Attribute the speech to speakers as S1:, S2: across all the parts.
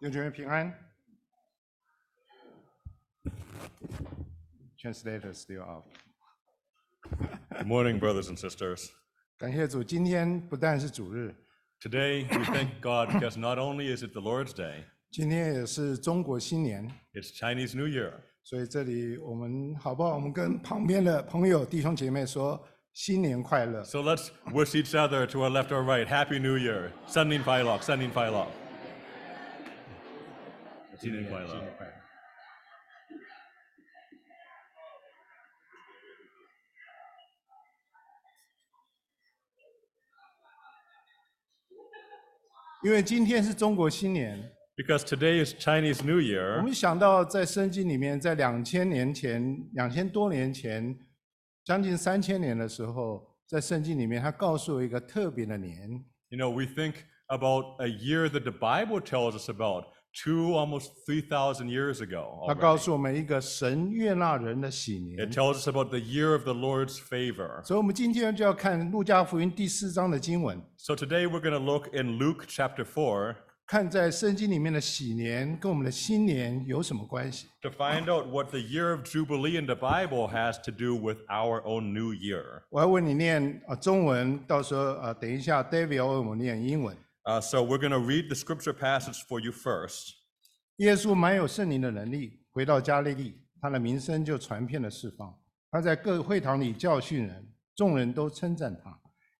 S1: 愿主人平安。Translator still up。
S2: Good morning, brothers and sisters.
S1: 感谢主，今天不但是主日，
S2: Today, we thank God because not only is it the Lord's Day,
S1: 今天也是中国新年，
S2: it's Chinese New Year.
S1: 所以这里我们好不好？我们跟旁边的朋友、弟兄姐妹说新年快乐。
S2: So let's wish each other to our left or right, Happy New Year. Sun Nin Phai Lok, Sun Nin Phai Lok. Xin Niên Phai Lộc.
S1: 快乐。因为今天是中国新年，
S2: Because today is Chinese New
S1: 我
S2: Year,
S1: 们想到在圣经里面，在两千年前、两千多年前，将近三千年的时候，在圣经里面，他告诉我一个特别的年，
S2: you know, we think about a year that the Bible tells us about two, almost 3,000 years ago.
S1: 他
S2: already.
S1: 告诉我们一个神悦纳人的喜
S2: It
S1: 年。
S2: tells us about the year of the Lord's favor.
S1: 所以，我们今天就要看路加福音第四章的经文，
S2: So today, we're going to look in Luke chapter 4
S1: 看在圣经里面的喜年跟我们的新年有什么关系。
S2: to find out what the year of Jubilee in the Bible has to do with our own new year.
S1: 我要为你念啊、呃中文，到时候啊、呃等一下 David 要为我们念英文。
S2: Uh, so we're going to read the scripture passage for you first.
S1: 耶稣满有圣灵的能力，回到加利利，他的名声就传遍了四方。他在各会堂里教训人，众人都称赞他。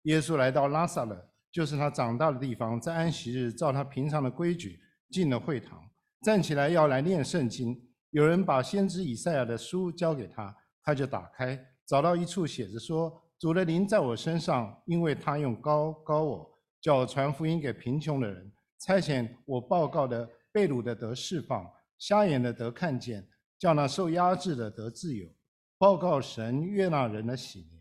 S1: 耶稣来到拉萨勒，就是他长大的地方，在安息日照他平常的规矩进了会堂，站起来要来念圣经。有人把先知以赛亚的书交给他，他就打开，找到一处写着说：“主的灵在我身上，因为他用高高我，叫我传福音给贫穷的人，差遣我报告的被掳的得释放，瞎眼的得看见，叫那受压制的得自由，报告神悦纳人的喜年。”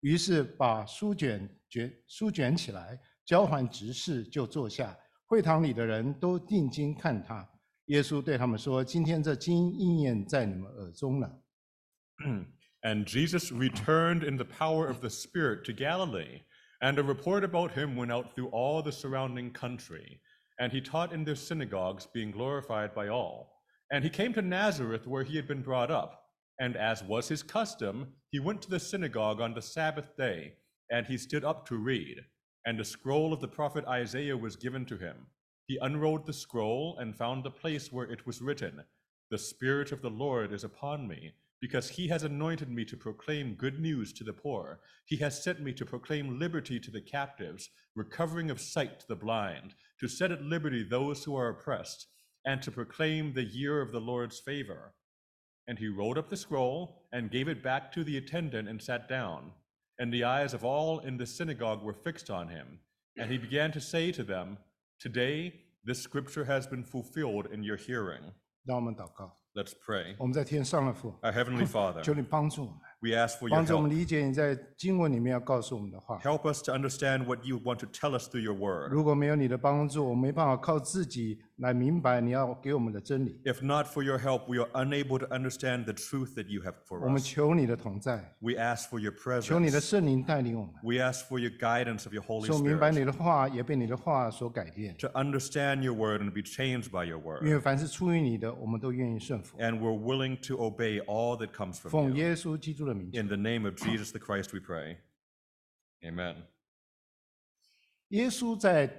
S1: 于是把书卷卷书卷起来，交还执事，就坐下。会堂里的人都定睛看他。耶稣对他们说：“今天这经应验在你们耳中了。
S2: And Jesus returned in the power of the Spirit to Galilee, and a report about him went out through all the surrounding country. And he taught in their synagogues, being glorified by all. And he came to Nazareth, where he had been brought up. And as was his custom, he went to the synagogue on the Sabbath day, and he stood up to read. And a scroll of the prophet Isaiah was given to him. He unrolled the scroll and found the place where it was written, The Spirit of the Lord is upon me, because he has anointed me to proclaim good news to the poor. He has sent me to proclaim liberty to the captives, recovering of sight to the blind, to set at liberty those who are oppressed, and to proclaim the year of the Lord's favor. And he rolled up the scroll and gave it back to the attendant and sat down. And the eyes of all in the synagogue were fixed on him. And he began to say to them, Today this scripture has been fulfilled in your hearing. ”
S1: 让我们祷告，
S2: Let's pray.
S1: 我们在天上的父，
S2: Our Heavenly Father,
S1: 求你帮助我们，
S2: we ask for your
S1: 帮助我们
S2: help.
S1: 理解你在经文里面要告诉我们的话。
S2: Help us to understand what you want to tell us through your word.
S1: 如果没有你的帮助，我没办法靠自己来明白你要给我们的真理。
S2: If not for your help, we are unable to understand the truth that you have
S1: 我
S2: for
S1: 们
S2: us.
S1: 求你的同在，
S2: We ask for your
S1: 求你的
S2: presence.
S1: 圣灵带领我们，
S2: We ask for your guidance of your Holy
S1: 使我明白你
S2: Spirit
S1: 的话，也被你的话所改变。
S2: to understand your word and be changed by your
S1: 因为
S2: word.
S1: 凡是出于你的，我们都愿意顺服。
S2: And we're willing to obey all that comes from
S1: 奉
S2: you.
S1: 耶稣基督的名求，
S2: In the name of Jesus the Christ, we pray. Amen.
S1: 耶稣在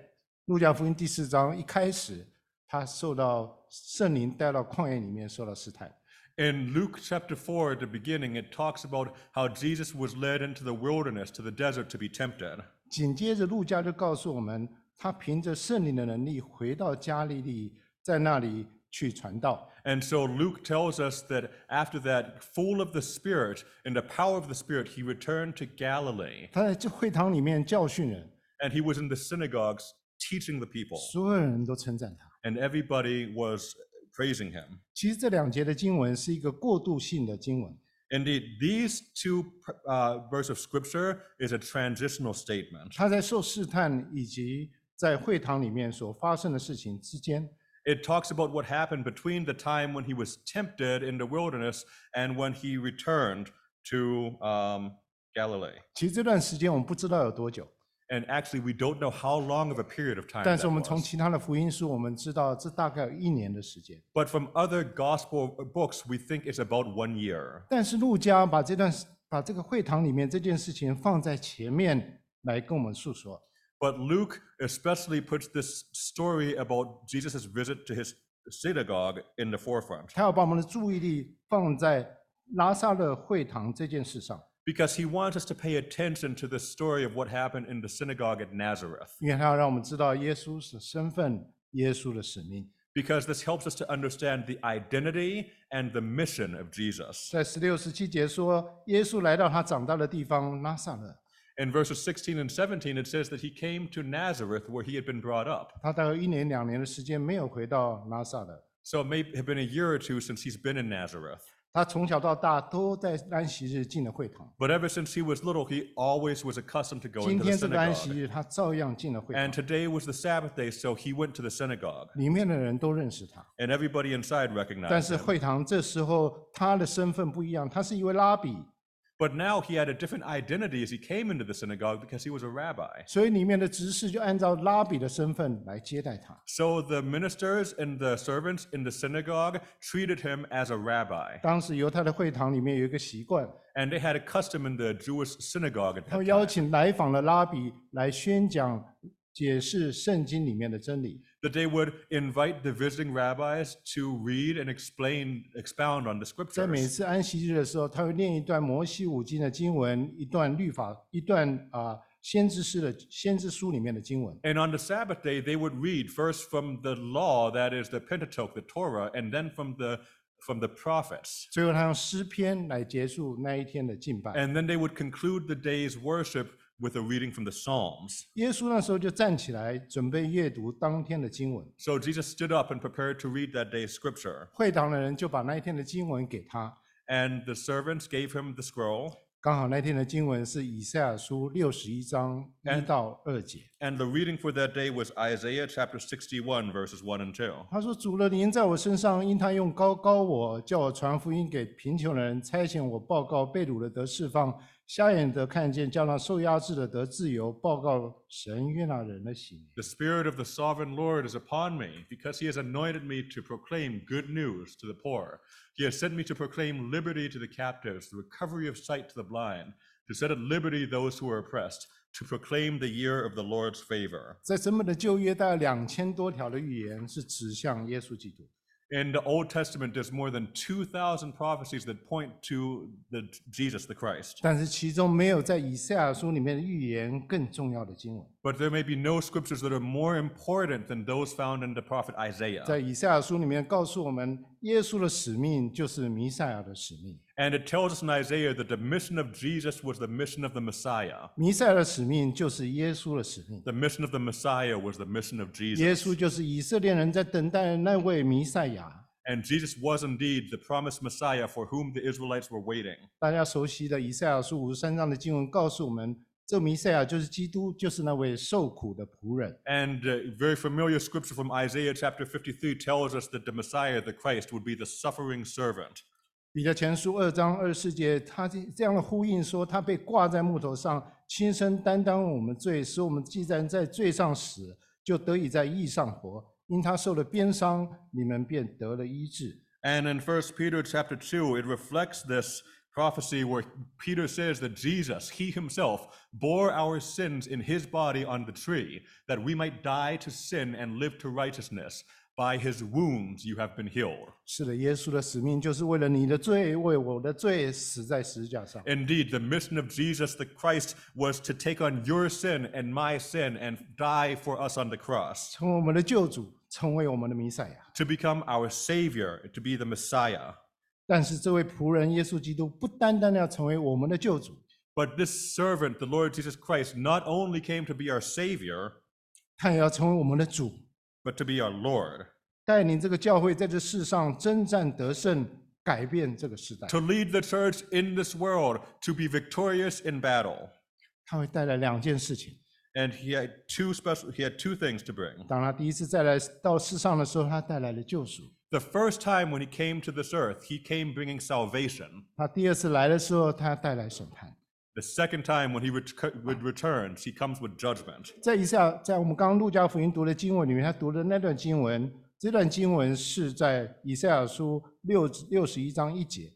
S1: 路加福音第四章一开始，他受到圣灵带到旷野里面受到试探。
S2: In Luke chapter 4, at the beginning, it talks about how Jesus was led into the wilderness, to the desert to be tempted.
S1: 紧接着，路加就告诉我们，他凭着圣灵的能力回到加利利，在那里去传道。
S2: And so Luke tells us that after that, full of the Spirit and the power of the Spirit, he returned to Galilee
S1: 他在这会堂里面教训人，
S2: and he was in the synagogues teaching the people,
S1: 所有人都称赞他。
S2: and everybody was praising him.
S1: 其实这两节的经文是一个过渡性的经文，
S2: Indeed, these two uh, verse of scripture is a transitional statement.
S1: 他在受试探以及在会堂里面所发生的事情之间，
S2: It talks about what happened between the time when he was tempted in the wilderness and when he returned to um, Galilee.
S1: 其实这段时间我们不知道有多久，
S2: And actually, we don't know how long of a period of time
S1: 但是
S2: that
S1: 我们从
S2: was.
S1: 其他的福音书，我们知道这大概有一年的时间。
S2: But from other gospel uh, books, we think it's about one year.
S1: 但是陆家把这段把这个会堂里面这件事情放在前面来跟我们诉说，
S2: But Luke especially puts this story about Jesus' visit to his synagogue in the forefront
S1: 他要把我们的注意力放在拉萨勒会堂这件事上，
S2: because he wants us to pay attention to the story of what happened in the synagogue at Nazareth
S1: 因为他要让我们知道耶稣的身份、耶稣的使命。
S2: because this helps us to understand the identity and the mission of Jesus.
S1: 在十六、十七节说，耶稣来到他长大的地方拉萨勒，
S2: In verses 16 and 17, it says that he came to Nazareth where he had been brought up.
S1: 他大概一年两年的时间没有回到拉萨勒。
S2: So it may have been a year or two since he's been in Nazareth.
S1: 他从小到大都在安息日进了会堂，
S2: But ever since he was little, he always was accustomed to going
S1: 今
S2: to the
S1: 天这个安
S2: synagogue.
S1: 息日他照样进了会
S2: And
S1: 堂，
S2: today was the Sabbath day, so he went to the synagogue,
S1: 里面的人都认识他。
S2: and everybody inside
S1: 但
S2: recognized
S1: 是
S2: him.
S1: 会堂这时候他的身份不一样，他是一位拉比，
S2: But now he had a different identity as he came into the synagogue because he was a rabbi.
S1: 所以里面的执事就按照拉比的身份来接待他。
S2: So the ministers and the servants in the synagogue treated him as a rabbi.
S1: 当时犹太的会堂里面有一个习惯，
S2: And they had a custom in the Jewish synagogue at
S1: 他
S2: that
S1: 们邀
S2: time
S1: 请来访的拉比来宣讲、解释圣经里面的真理。
S2: that they would invite the visiting rabbis to read and explain, expound on the
S1: 在每
S2: scriptures.
S1: 次安息日的时候，他会念一段摩西五经的经文，一段律法，一段啊、先知诗的先知书里面的经文。
S2: And on the Sabbath day, they would read first from the law, that is the Pentateuch, the Torah, and then from the from the prophets.
S1: 最后，他用诗篇来结束那一天的敬拜。
S2: And then they would conclude the day's worship with a reading from the Psalms.
S1: 耶稣那时候就站起来，准备阅读当天的经文。
S2: So Jesus stood up and prepared to read that day's scripture.
S1: 会堂的人就把那一天的经文给他，
S2: And the servants gave him the scroll,
S1: 刚好那天的经文是以赛亚书六十一章一
S2: And-
S1: 到二节。
S2: and the reading for that day was Isaiah chapter 61, verses 1 and 2.
S1: 他说：“主了，您在我身上，因他用高高我，叫我传福音给贫穷的人，差遣我报告被掳的得释放，瞎眼得看见，叫那受压制的得自由，报告神悦纳人的喜。
S2: The Spirit of the Sovereign Lord is upon me, because He has anointed me to proclaim good news to the poor. He has sent me to proclaim liberty to the captives, the recovery of sight to the blind, to set at liberty those who are oppressed, to proclaim the year of the Lord's favor. ”
S1: 在整本的旧约，大概两千多条的预言是指向耶稣基督。
S2: In the Old Testament, there's more than 2,000 prophecies that point to the Jesus the Christ.
S1: 但是其中没有在以赛亚书里面的预言更重要的经文。
S2: But there may be no scriptures that are more important than those found in the prophet Isaiah.
S1: 在以赛亚书里面告诉我们，耶稣的使命就是弥赛亚的使命，
S2: And it tells us in Isaiah that the mission of Jesus was the mission of the Messiah.
S1: 弥赛亚的使命就是耶稣的使命。
S2: The mission of the Messiah was the mission of
S1: 耶
S2: Jesus.
S1: 稣就是以色列人在等待的那位弥赛亚，
S2: And Jesus was indeed the promised Messiah for whom the Israelites were waiting.
S1: 大家熟悉的以赛亚书五十三章的经文告诉我们，这弥赛亚就是基督，就是那位受苦的仆人。
S2: And uh, very familiar scripture from Isaiah chapter 53 tells us that the Messiah, the Christ, would be the suffering servant.
S1: 彼得前书二章二四节，他这这样的呼应说，他被挂在木头上，亲身担当我们罪，使我们既然在罪上死，就得以在义上活。因他受了鞭伤，你们便得了医治。
S2: And in 1 Peter chapter 2, it reflects this prophecy where Peter says that Jesus, he himself, bore our sins in his body on the tree, that we might die to sin and live to righteousness. By his wounds you have been healed.
S1: 是的，耶稣的使命就是为了你的罪，为我的罪死在十字架上。
S2: Indeed, the mission of Jesus the Christ was to take on your sin and my sin and die for us on the cross,
S1: 成为我们的救主，成为我们的弥赛亚。
S2: to become our Savior, to be the Messiah.
S1: 但是这位仆人耶稣基督不单单要成为我们的救主，
S2: But this servant, the Lord Jesus Christ, not only came to be our Savior,
S1: 他也要成为我们的主，
S2: but to be our Lord,
S1: 带领这个教会在这世上征战得胜，改变这个时代。
S2: to lead the church in this world, to be victorious in battle.
S1: 他会带来两件事情：
S2: And he had two special he had two things to bring.
S1: 当他第一次再来到世上的时候，他带来了救赎；
S2: The first time when he came to this earth, he came bringing salvation.
S1: 他第二次来的时候，他带来审判。
S2: The second time when he ret- would return, he comes with judgment.
S1: 再一下，在我们刚刚路加福音读的经文里面，他读的那段经文，这段经文是在以赛亚书六六十一章一节。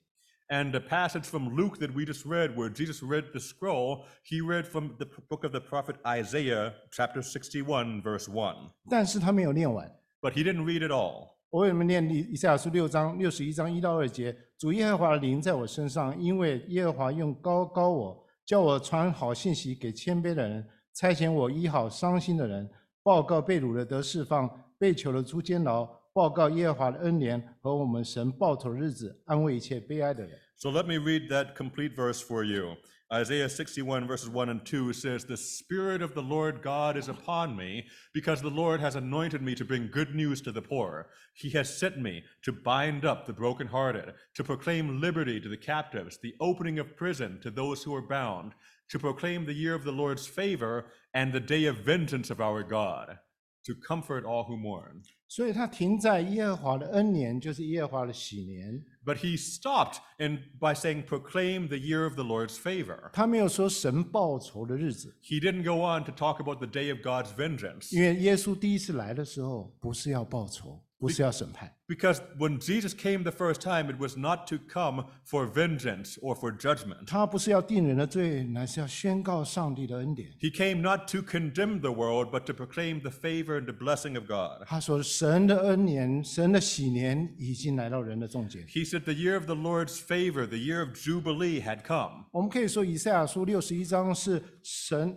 S2: And the passage from Luke that we just read, where Jesus read the scroll, he read from the p- book of the prophet Isaiah, chapter 61, verse 1.
S1: 但是他没有念完。
S2: But he didn't read it all.
S1: 我为什么念以以赛亚书六章六十一章一到二节？主耶和华的灵在我身上，因为耶和华用高高我，叫我传好信息给谦卑的人，差遣我医好伤心的人，报告被掳的得释放，被囚的出监牢，报告耶和华的恩怜和我们神报仇的日子，安慰一切悲哀的人。
S2: So let me read that complete verse for you. Isaiah 61, verses 1 and 2 says, The Spirit of the Lord God is upon me, because the Lord has anointed me to bring good news to the poor. He has sent me to bind up the brokenhearted, to proclaim liberty to the captives, the opening of prison to those who are bound, to proclaim the year of the Lord's favor and the day of vengeance of our God, to comfort all who mourn.
S1: 所以他停在耶和华的恩年，就是耶和华的喜年。
S2: But he stopped and by saying, Proclaim the year of the Lord's favor.
S1: 他没有说神报仇的日子，
S2: He didn't go on to talk about the day of God's vengeance.
S1: 因为耶稣第一次来的时候，不是要报仇，不是要审判。
S2: Because when Jesus came the first time, it was not to come for vengeance or for judgment.
S1: 他不是要定人的罪，乃是要宣告上帝的恩典。
S2: He came not to condemn the world, but to proclaim the favor and the blessing of God.
S1: 他说：“神的恩年，神的喜年已经来到人的中间。
S2: He said the year of the Lord's favor, the year of Jubilee, had come. ”
S1: 我们可以说，以赛亚书六十一章是神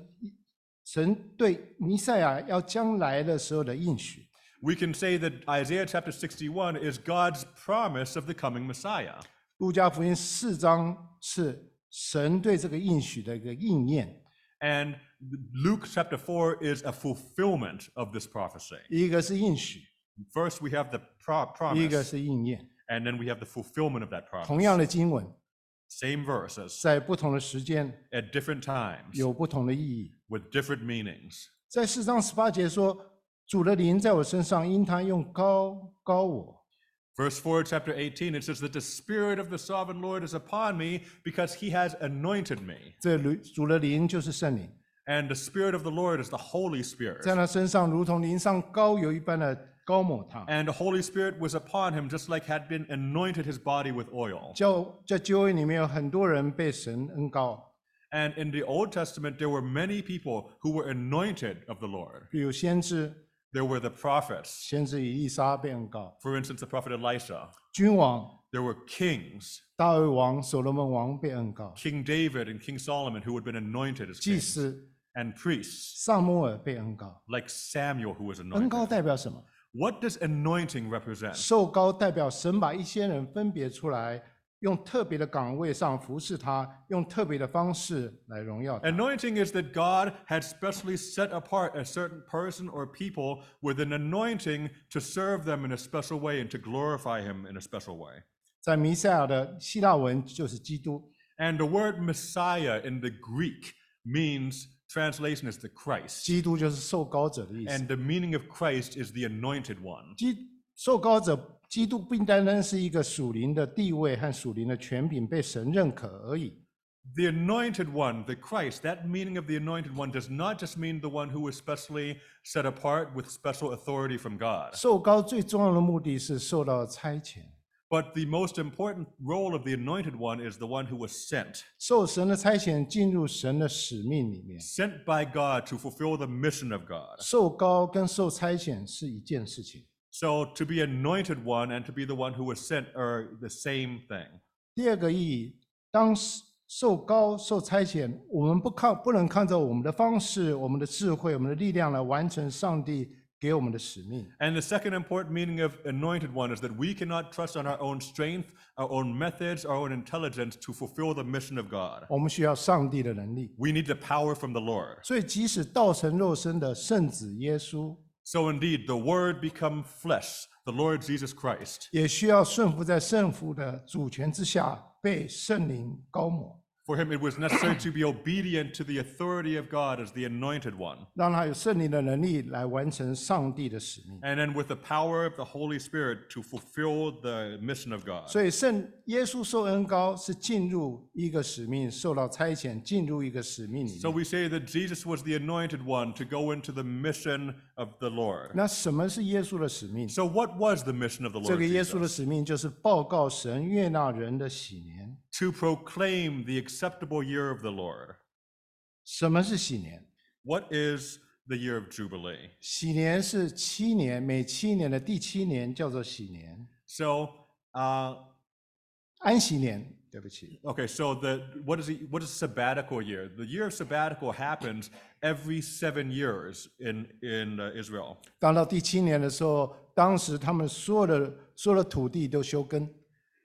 S1: 神对弥赛亚要将来的时候的应许。
S2: We can say that Isaiah chapter 61 is God's promise of the coming Messiah.
S1: 路加福音四章是神对这个应许的一个应验，
S2: And Luke chapter 4 is a fulfillment of this prophecy.
S1: 一个是应许，
S2: First, we have the pro-
S1: 一个
S2: promise.
S1: 是应验。
S2: And then we have the fulfillment of that
S1: 同
S2: promise.
S1: 样的经文，
S2: Same verses
S1: 在不同的时间
S2: at different times
S1: 有不同的意义。
S2: with different meanings.
S1: 在四章十八节说：“主的灵在我身上，因他用高高我。
S2: Verse 4, chapter 18, it says that the Spirit of the sovereign Lord is upon me because he has anointed me. ”
S1: 这灵主的灵就是圣灵，
S2: And the Spirit of the Lord is the Holy Spirit.
S1: 在他身上如同淋上膏油一般的高抹他，
S2: And the Holy Spirit was upon him just like had been anointed his body with oil.
S1: 教在教会里面有很多人被神恩高，
S2: And in the Old Testament, there were many people who were anointed of the Lord.
S1: 比如先知，
S2: There were the prophets,
S1: 先知以利沙被恩高，
S2: for instance, the prophet Elisha.
S1: 君王
S2: There were kings,
S1: 大卫王、所罗门王被恩高，
S2: King David and King Solomon, who had been anointed as
S1: 祭
S2: kings.
S1: 司
S2: and priests,
S1: 萨摩尔被恩高。
S2: like Samuel, who was
S1: 恩高
S2: anointed.
S1: 代表什么？
S2: What does anointing represent?
S1: 受高代表神把一些人分别出来，用特别的岗位上服侍他，用特别的方式来荣耀他。
S2: Anointing is that God had specially set apart a certain person or people with an anointing to serve them in a special way and to glorify Him in a special way.
S1: 在弥赛亚的希腊文就是基督，
S2: And the word Messiah in the Greek means, translation is the Christ.
S1: 基督就是受高者的意思。
S2: And the meaning of Christ is the anointed one.
S1: 基受高者，基督不单单是一个属灵的地位和属灵的权柄被神认可而已，
S2: The anointed one, the Christ, that meaning of the anointed one does not just mean the one who was specially set apart with special authority from God.
S1: 受高最重要的目的是受到差遣，
S2: But the most important role of the anointed one is the one who was sent,
S1: 受神的差遣进入神的使命里面。
S2: sent by God to fulfill the mission of God.
S1: 受高跟受差遣是一件事情。
S2: So to be anointed one and to be the one who was sent are the same thing.
S1: 第二个意义，当受高受差遣，我们不靠不能看着我们的方式、我们的智慧、我们的力量来完成上帝给我们的使命。
S2: And the second important meaning of anointed one is that we cannot trust on our own strength, our own methods, our own intelligence to fulfill the mission of God.
S1: 我们需要上帝的能力。
S2: We need the power from the Lord.
S1: 所以，即使道成肉身的圣子耶稣，
S2: So indeed, the Word become flesh, the Lord Jesus Christ.
S1: 也需要顺服在圣父的主权之下，被圣灵高抹。
S2: For him, it was necessary to be obedient to the authority of God as the anointed one.
S1: 让他有圣灵的能力来完成上帝的使命。
S2: and then with the power of the Holy Spirit to fulfill the mission of God.
S1: 所以圣耶稣受恩高是进入一个使命，受到差遣，进入一个使命里
S2: So
S1: 面。
S2: we say that Jesus was the anointed one to go into the mission of the Lord.
S1: 那什么是耶稣的使命？
S2: So what was the mission of the
S1: 这
S2: Lord?
S1: 个耶
S2: Jesus?
S1: 稣的使命就是报告神悦纳人的喜年。
S2: To proclaim the acceptable year of the Lord.
S1: 什么是喜年？
S2: What is the year of Jubilee?
S1: 喜年是七年，每七年的第七年叫做喜年，
S2: So uh,
S1: 安息年。对不起，
S2: okay, so the what is it, what is sabbatical year? The year of sabbatical happens every seven years in in uh, Israel.
S1: 当到第七年的时候，当时他们所有的所有的土地都休耕，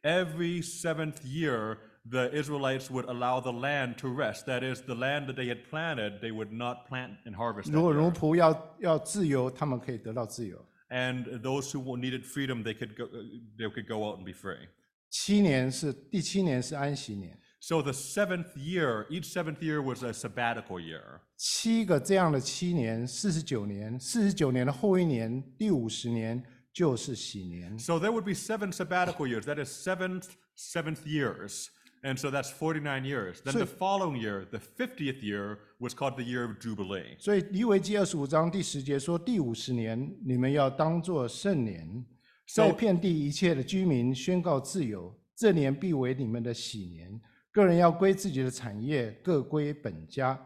S2: Every seventh year, the Israelites would allow the land to rest. That is, the land that they had planted, they would not plant and harvest. that
S1: 如果
S2: year.
S1: 奴仆要要自由，他们可以得到自由。
S2: And those who needed freedom, they could go, they could go out and be free.
S1: 七年是第七年是安息年，
S2: So the seventh year, each seventh year was a sabbatical year.
S1: 七个这样的七年，四十九年，四十九年的后一年，第五十年就是喜年。
S2: So there would be seven sabbatical years. That is seventh, seventh years. And so that's 49 years. Then the following year, the 50th year, was called the year of Jubilee.
S1: 所以利未记二十五章第十节说，第五十年你们要当作圣年，在遍地一切的居民宣告自由，这年必为你们的喜年。个人要归自己的产业，各归本家。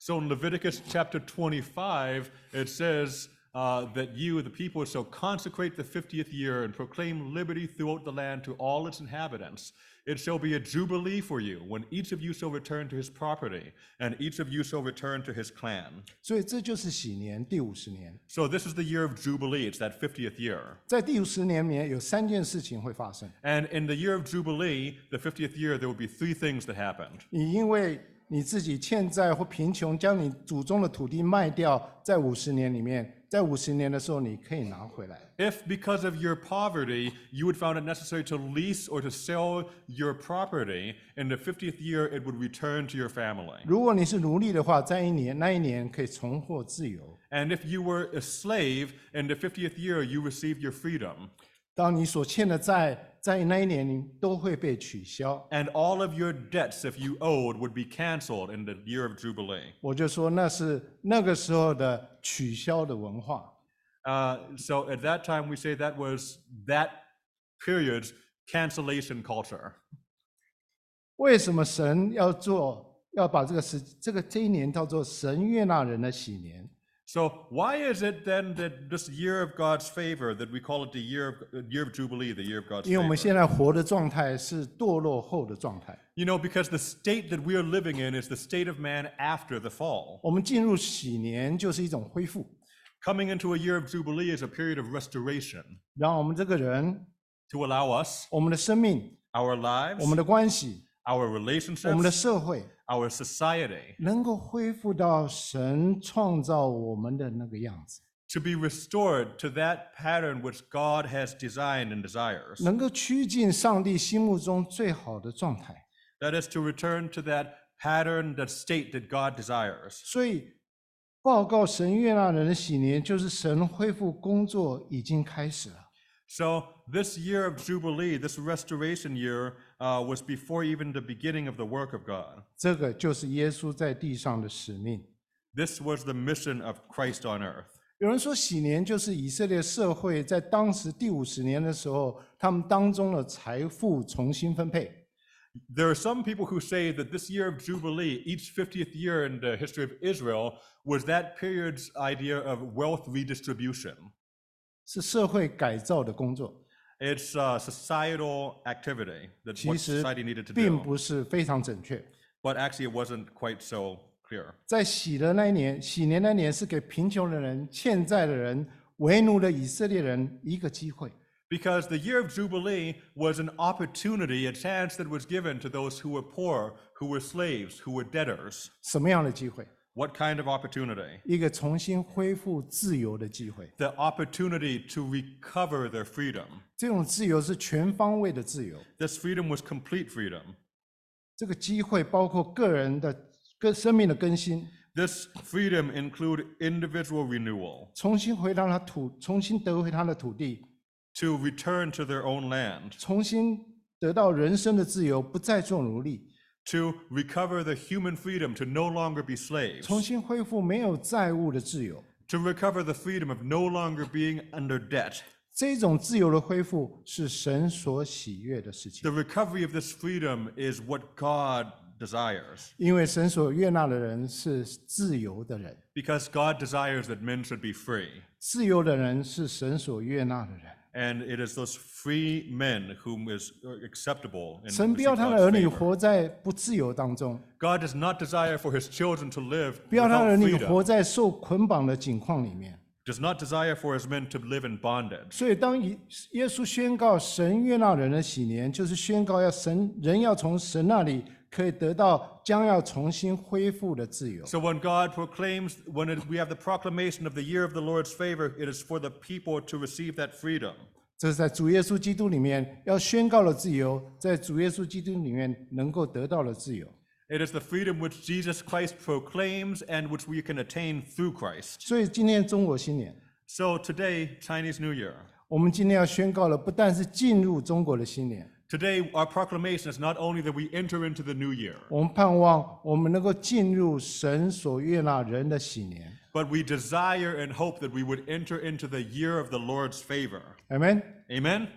S2: So in Leviticus chapter 25, it says uh, that you, the people, shall consecrate the 50th year and proclaim liberty throughout the land to all its inhabitants. It shall be a jubilee for you when each of you shall return to his property and each of you shall return to his clan.
S1: 所以这就是喜年第五十年。
S2: So this is the year of jubilee, it's that 50th year.
S1: 在第五十年里面有三件事情会发生。
S2: And in the year of jubilee, the 50th year, there will be three things that happened.
S1: 你因为你自己欠债或贫穷，将你祖宗的土地卖掉，在五十年里面，在五十年的时候你可以拿回来。
S2: If because of your poverty you would found it necessary to lease or to sell your property, in the 50th year it would return to your family.
S1: 如果你是奴隶的话，在一年那一年可以重获自由。
S2: And if you were a slave, in the 50th year you received your freedom.
S1: 当你所欠的债在那一年你都会被取消。
S2: And all of your debts, if you owed, would be canceled in the year of Jubilee.
S1: 我就说那是那个时候的取消的文化。
S2: Uh, so at that time, we say that was that period's cancellation culture.
S1: 为什么神要做要把这个时这个这一年叫做神悦纳人的喜年？
S2: So why is it then that this year of God's favor, that we call it the year of, uh, year of Jubilee, the year of God's
S1: 因为我们
S2: favor?
S1: 现在活的状态是堕落后的状态。
S2: You know, because the state that we are living in is the state of man after the fall.
S1: 我们进入喜年就是一种恢复，
S2: Coming into a year of Jubilee is a period of restoration
S1: 让我们这个人、
S2: to allow us,
S1: 我们的生命、
S2: our lives,
S1: 我们的关系、
S2: our
S1: 我们的
S2: relationships,
S1: 社会，
S2: our society,
S1: 能够恢复到神创造我们的那个样子，
S2: to be restored to that pattern which God has designed and desires.
S1: 能够趋近上帝心目中最好的状态。
S2: That is to return to that pattern, that state that God desires.
S1: 所以，报告神悦纳人的喜年，就是神恢复工作已经开始了。
S2: So this year of Jubilee, this restoration year, uh, was before even the beginning of the work of God.
S1: 这个就是耶稣在地上的使命。
S2: This was the mission of Christ on earth.
S1: 有人说，喜年就是以色列社会在当时第五十年的时候，他们当中的财富重新分配。
S2: There are some people who say that this year of Jubilee, each 50th year in the history of Israel, was that period's idea of wealth redistribution.
S1: 是社会改造的工作，
S2: It's a societal activity that
S1: 其
S2: what
S1: 实
S2: society needed to
S1: 并
S2: do.
S1: 不是非常准确。
S2: But actually, it wasn't quite so clear.
S1: 在喜的那一年，喜年那年是给贫穷的人、欠债的人、为奴的以色列人一个机会，
S2: Because the year of Jubilee was an opportunity, a chance that was given to those who were poor, who were slaves, who were debtors.
S1: 什么样的机会？
S2: What kind of opportunity?
S1: 一个重新恢复自由的机会。
S2: The opportunity to recover their freedom.
S1: 这种自由是全方位的自由，
S2: This freedom was complete freedom.
S1: 这个机会包括个人的跟生命的更新，
S2: This freedom include individual renewal,
S1: 重新回到他土，重新得回他的土地，
S2: to return to their own land,
S1: 重新得到人生的自由，不再做奴隶，
S2: to recover the human freedom to no longer be
S1: 重
S2: slaves,
S1: 新恢复没有债务的自由。
S2: to recover the freedom of no longer being under debt.
S1: 这种自由的恢复是神所喜悦的事情，
S2: The recovery of this freedom is what God desires,
S1: 因为神所悦纳的人是自由的人，
S2: because God desires that men should be free.
S1: 自由的人是神所悦纳的人。
S2: And it is those free men whom is uh, acceptable. in
S1: 神不
S2: receive
S1: 要他的儿
S2: God's
S1: 女
S2: favor.
S1: 活在不自由当中，
S2: God does not desire for his children to live
S1: 不要他的儿
S2: without
S1: 女活
S2: freedom,
S1: 在受捆绑的境况里面。
S2: does not desire for his men to live in bondage.
S1: 所以，当以耶稣宣告神悦纳人的喜年，就是宣告要神人要从神那里可以得到将要重新恢复的自由。
S2: So when God proclaims, when it- we have the proclamation of the year of the Lord's favor, it is for the people to receive that freedom.
S1: 这是在主耶稣基督里面要宣告的自由，在主耶稣基督里面能够得到的自由。
S2: It is the freedom which Jesus Christ proclaims and which we can attain through Christ.
S1: 所以，今天中国新年，
S2: So today, Chinese New Year.
S1: 我们今天要宣告的不但是进入中国的新年，
S2: Today, our proclamation is not only that we enter into the new year,
S1: 我们盼望我们能够进入神所悦纳人的喜年。
S2: but we desire and hope that we would enter into the year of the Lord's favor.
S1: Amen。
S2: Amen?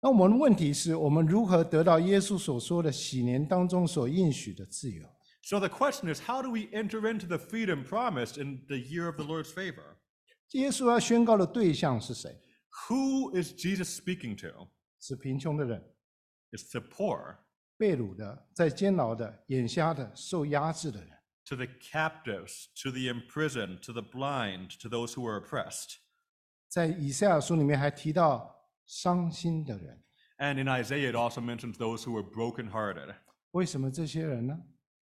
S1: 那我们的问题是我们如何得到耶稣所说的喜年当中所应许的自由？
S2: So the question is how do we enter into the freedom promised in the year of the Lord's favor?
S1: 耶稣要宣告的对象是谁？
S2: Who is Jesus speaking to?
S1: 是贫穷的人、
S2: It's the poor,
S1: 被掳的、在监牢的、眼瞎的、受压制的人。
S2: to the captives, to the imprisoned, to the blind, to those who are oppressed.
S1: 在以赛亚书里面还提到伤心的人。
S2: And in Isaiah, it also mentions those who are brokenhearted.
S1: 为什么这些人呢？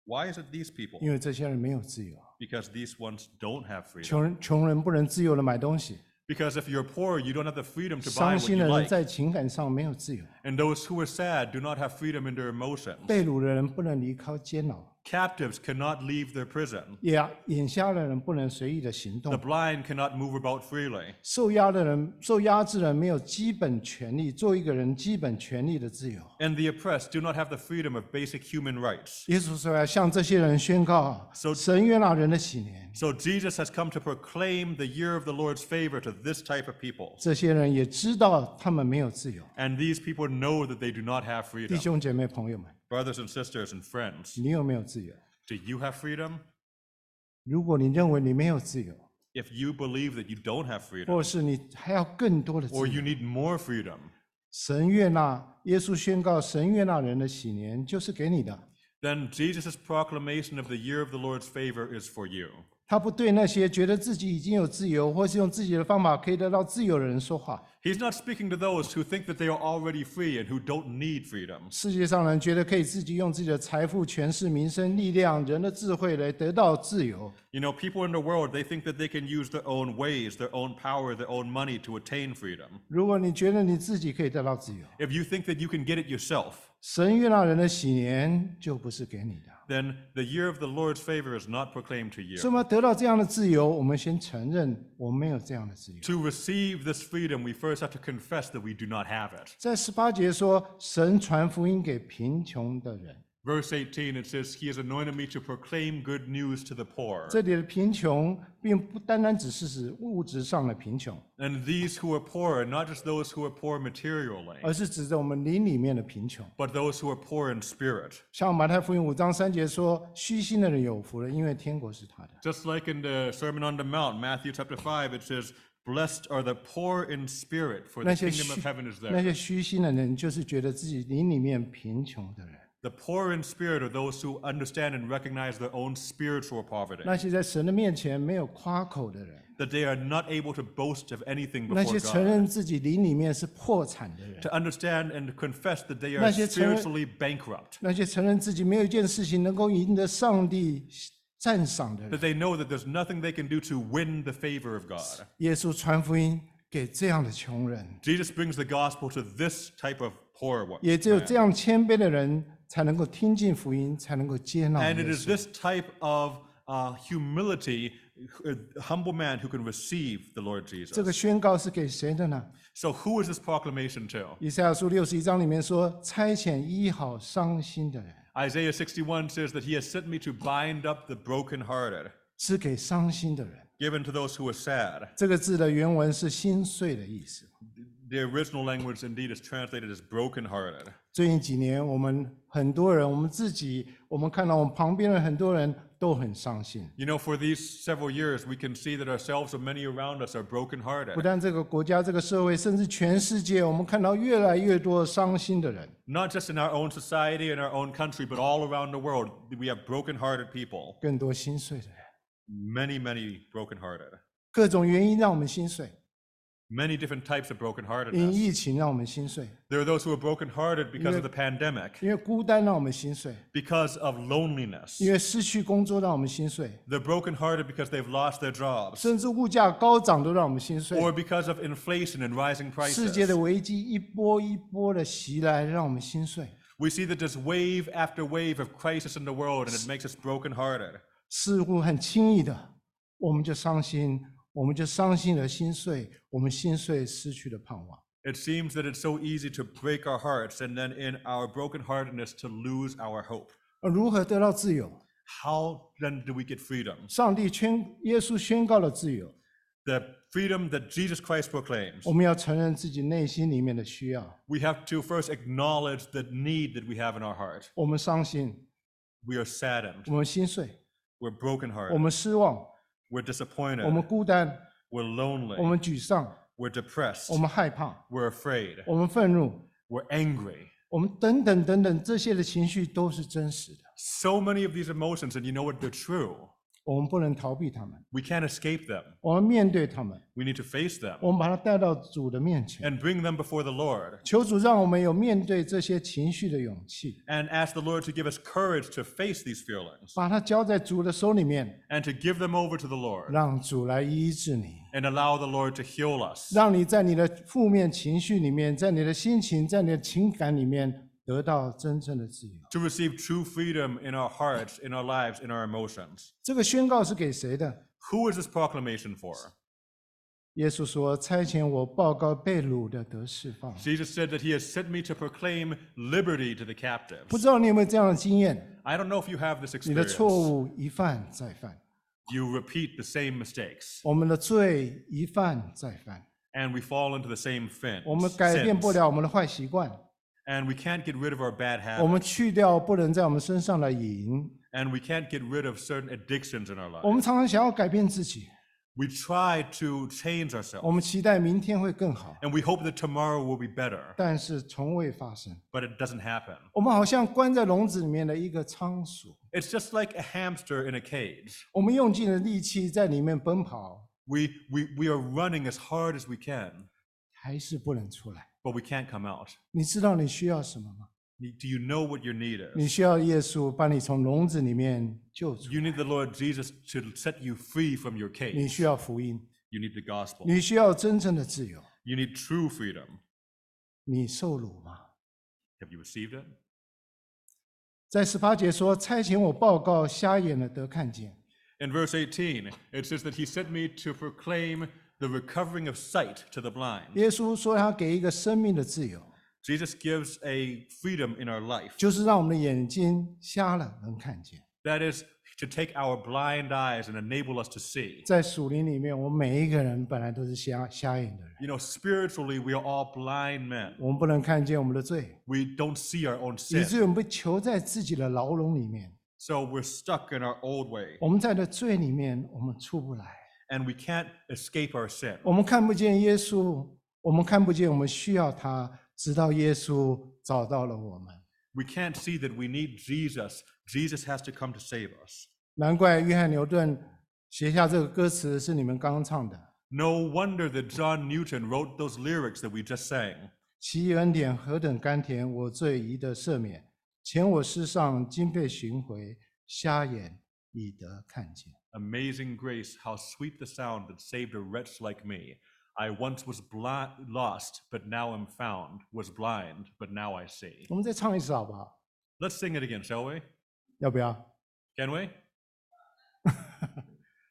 S2: Why is it these people?
S1: 因为这些人没有自由。
S2: Because these ones don't have freedom.
S1: 穷人穷人不能自由的买东西，
S2: Because if you're poor, you don't have the freedom to buy
S1: 伤
S2: what
S1: 心
S2: you
S1: 的人
S2: like.
S1: 在情感上没有自由，
S2: And those who are sad do not have freedom in their emotions.
S1: 被掳的人不能离开监牢，
S2: Captives cannot leave their prison.
S1: 也啊眼瞎的人不能随意的行
S2: The
S1: 动，
S2: blind cannot move about freely.
S1: 受压的人、受压制的人没有基本权利，做一个人基本权利的自由。
S2: And the oppressed do not have the freedom of basic human rights.
S1: 耶稣说要向这些人宣告
S2: So-
S1: 神悦纳人的喜年，
S2: So Jesus has come to proclaim the year of the Lord's favor to this type of people.
S1: 这些人也知道他们没有自由。
S2: And these people know that they do not have
S1: 弟
S2: freedom.
S1: 兄姐妹、朋友们，
S2: Brothers and sisters and friends,
S1: 你有没有自由？
S2: do you have freedom?
S1: 如果你认为你没有自由，
S2: If you believe that you don't have freedom,
S1: 或是你还要更多的自
S2: or
S1: 由，
S2: you need more freedom,
S1: 神悦纳耶稣宣告神悦纳人的喜年就是给你的，
S2: then Jesus' proclamation of the year of the Lord's favor is for you.
S1: 他不对那些觉得自己已经有自由，或是用自己的方法可以得到自由的人说话。
S2: He's not speaking to those who think that they are already free and who don't need freedom.
S1: 世界上人觉得可以自己用自己的财富、权势、民生、力量、人的智慧来得到自由。
S2: You know, people in the world, they think that they can use their own ways, their own power, their own money to attain freedom.
S1: 如果你觉得你自己可以得到自由，
S2: If you think that you can get it yourself,
S1: 神悦纳人的喜年就不是给你的。
S2: then the year of the Lord's favor is not proclaimed to you.
S1: 所以，我们要得到这样的自由，我们先承认我们没有这样的自由。
S2: to receive this freedom, we first have to confess that we do not have it.
S1: 在十八节说，神传福音给贫穷的人。
S2: Verse 18, it says, He has anointed me to proclaim good news to the poor.
S1: 这里的贫穷，并不单单只是指物质上的贫穷，
S2: And these who are poor are not just those who are poor materially,
S1: 而是指着我们灵里面的贫穷。
S2: but those who are poor in spirit.
S1: 像马太福音五章三节说：“虚心的人有福了，因为天国是他的。
S2: Just like in the Sermon on the Mount, Matthew chapter 5, it says, Blessed are the poor in spirit, for
S1: 那
S2: the
S1: 些虚
S2: kingdom of heaven is
S1: 那
S2: theirs.
S1: 些虚心的人，就是觉得自己灵里面贫穷的人；
S2: The poor in spirit are those who understand and recognize their own spiritual poverty,
S1: 那些在神的面前没有夸口的人；
S2: that they are not able to boast of anything
S1: 那些
S2: before
S1: 承
S2: God.
S1: 认自己灵里面是破产的人；
S2: To understand and confess that they
S1: 那
S2: are
S1: 些承认-
S2: spiritually bankrupt,
S1: 那些承认自己没有一件事情能够赢得上帝赞赏的人
S2: that。they know that there's nothing they can do to win the favor of God. ”
S1: 耶稣传福音给这样的穷人，
S2: Jesus brings the gospel to this type of poor one.
S1: 也只有这样谦卑的人，才能够听进福音，才能够接纳
S2: And
S1: 耶
S2: it
S1: 稣
S2: is this type of uh, humility, uh, humble man who can receive the Lord
S1: 这个
S2: Jesus.
S1: 宣告是给谁的呢？
S2: So, who is this proclamation to?
S1: 以赛亚书六十一章里面说：“差遣医好伤心的人，
S2: Isaiah 61 says that he has sent me to bind up the brokenhearted,
S1: 是给伤心的人。
S2: given to those who are sad. ”
S1: 这个字的原文是“心碎”的意思。
S2: The original language indeed is translated as brokenhearted.
S1: 最近几年，我们很多人，我们自己，我们看到我们旁边的很多人都很伤心。
S2: You know, for these several years, we can see that ourselves and many around us are brokenhearted.
S1: 不但这个国家、这个社会，甚至全世界，我们看到越来越多伤心的人。
S2: Not just in our own society and our own country, but all around the world, we have brokenhearted people.
S1: 更多心碎的人，
S2: Many, many brokenhearted.
S1: 各种原因让我们心碎，
S2: Many different types of brokenheartedness.
S1: 因疫情让我们心碎，
S2: There are those who are brokenhearted because of the pandemic,
S1: 因为孤单让我们心碎，
S2: because of loneliness.
S1: 因为失去工作让我们心碎，
S2: They're brokenhearted because they've lost their jobs,
S1: 甚至物价高涨都让我们心碎。
S2: or because of inflation and rising
S1: 世界的
S2: prices.
S1: 危机一波一波的袭来，让我们心碎。
S2: We see that there's wave after wave of crisis in the world, and it makes us brokenhearted.
S1: 似乎很轻易的，我们就伤心，我们就伤心而心碎，我们心碎失去了盼望。
S2: It seems that it's so easy to break our hearts and then in our brokenheartedness to lose our hope.
S1: 而如何得到自由？
S2: How then do we get freedom?
S1: 上帝宣耶稣宣告了自由，
S2: The freedom that Jesus Christ proclaims.
S1: 我们要承认自己内心里面的需要。
S2: We have to first acknowledge the need that we have in our heart.
S1: 我们伤心，
S2: We are saddened.
S1: 我们心碎，我
S2: We're brokenhearted.
S1: 们失望，
S2: We're disappointed.
S1: 我们孤单，
S2: We're
S1: 我
S2: lonely.
S1: 们沮丧，
S2: We're depressed.
S1: 我们害怕，
S2: We're afraid.
S1: 我们愤怒，
S2: We're angry.
S1: 我们等等等等这些的情绪都是真实的，
S2: So many of these emotions, and you know what? They're true.
S1: 我们不能逃避他们，
S2: We can't escape them.
S1: 我们面对他们，
S2: We need to face them
S1: 我们把它带到主的面前。
S2: and bring them before the Lord.
S1: 求主让我们有面对这些情绪的勇气，
S2: and ask the Lord to give us courage to face these feelings
S1: 把它交在主的手里面，
S2: and to give them over to the Lord
S1: 让主来医治你，
S2: and allow the Lord to heal us,
S1: 让你在你的负面情绪里面，在你的心情、在你的情感里面得到真正的自由。
S2: to receive true freedom in our hearts, in our lives, in our emotions.
S1: 这个宣告是给谁的？
S2: Who is this proclamation for?
S1: 耶稣说：“差遣我报告被掳的得释放。
S2: Jesus said that He has sent me to proclaim liberty to the ” captives.
S1: 不知道你有没有这样的经验？
S2: I don't know if you have this
S1: 你的错
S2: experience.
S1: 误一犯再犯，
S2: You repeat the same mistakes,
S1: 我们的罪一犯再犯，
S2: and we fall into the same fin.
S1: 我们改变不
S2: sins,
S1: 了我们的坏习惯，
S2: And we can't get rid of our bad
S1: 我
S2: habits,
S1: 们去掉不能在我们身上的瘾。
S2: and we can't get rid of certain addictions in our
S1: 我
S2: lives.
S1: 们常常想要改变自己，
S2: We try to change ourselves.
S1: 我们期待明天会更好，
S2: And we hope that tomorrow will be better,
S1: 但是从未发生。
S2: but it doesn't happen.
S1: 我们好像关在笼子里面的一个仓鼠，
S2: It's just like a hamster in a cage.
S1: 我们用尽了力气在里面奔跑，
S2: We, we, we are running as hard as we can,
S1: 还是不能出来。
S2: but we can't come out.
S1: 你知道你需要什么吗？
S2: Do you know what your need
S1: 你
S2: is?
S1: 需要耶稣把你从笼子里面救出，
S2: You need the Lord Jesus to set you free from your
S1: 你
S2: cage.
S1: 需要福音，
S2: You need the gospel.
S1: 你需要真正的自由。
S2: You need true freedom.
S1: 你受辱吗？
S2: Have you received it?
S1: 在十八节说：“差遣我报告瞎眼的得看见，
S2: In verse 18, it says that He sent me to proclaim the recovering of sight to the blind.
S1: 耶稣说他给一个生命的自由，
S2: Jesus gives a freedom in our life.
S1: 就是让我们的眼睛瞎了能看见。
S2: That is to take our blind eyes and enable us to see.
S1: 在属灵里面，我们每一个人本来都是瞎瞎眼的人，
S2: You know, spiritually, we are all blind men.
S1: 我们不能看见我们的罪，
S2: We don't see our own
S1: 以
S2: sin.
S1: 至于我们被囚在自己的牢笼里面。
S2: So we're stuck in our old way
S1: 我们在的罪里面，我们出不来，
S2: and we can't escape our sin.
S1: 我们看不见耶稣，我们看不见我们需要他，直到耶稣找到了我们。
S2: We can't see that we need Jesus. Jesus has to come to save us.
S1: 难怪约翰牛顿写下这个歌词是你们刚刚唱的：
S2: No wonder that John Newton wrote those lyrics that we just sang.
S1: 其恩典何等甘甜，我罪已得赦免，前我世上今被寻回，瞎眼已得看见。
S2: Amazing grace, how sweet the sound that saved a wretch like me. I once was bli- lost, but now am found, was blind, but now I see.
S1: 我们再唱一次好不好？
S2: Let's sing it again, shall we?
S1: 要不要？
S2: Can we?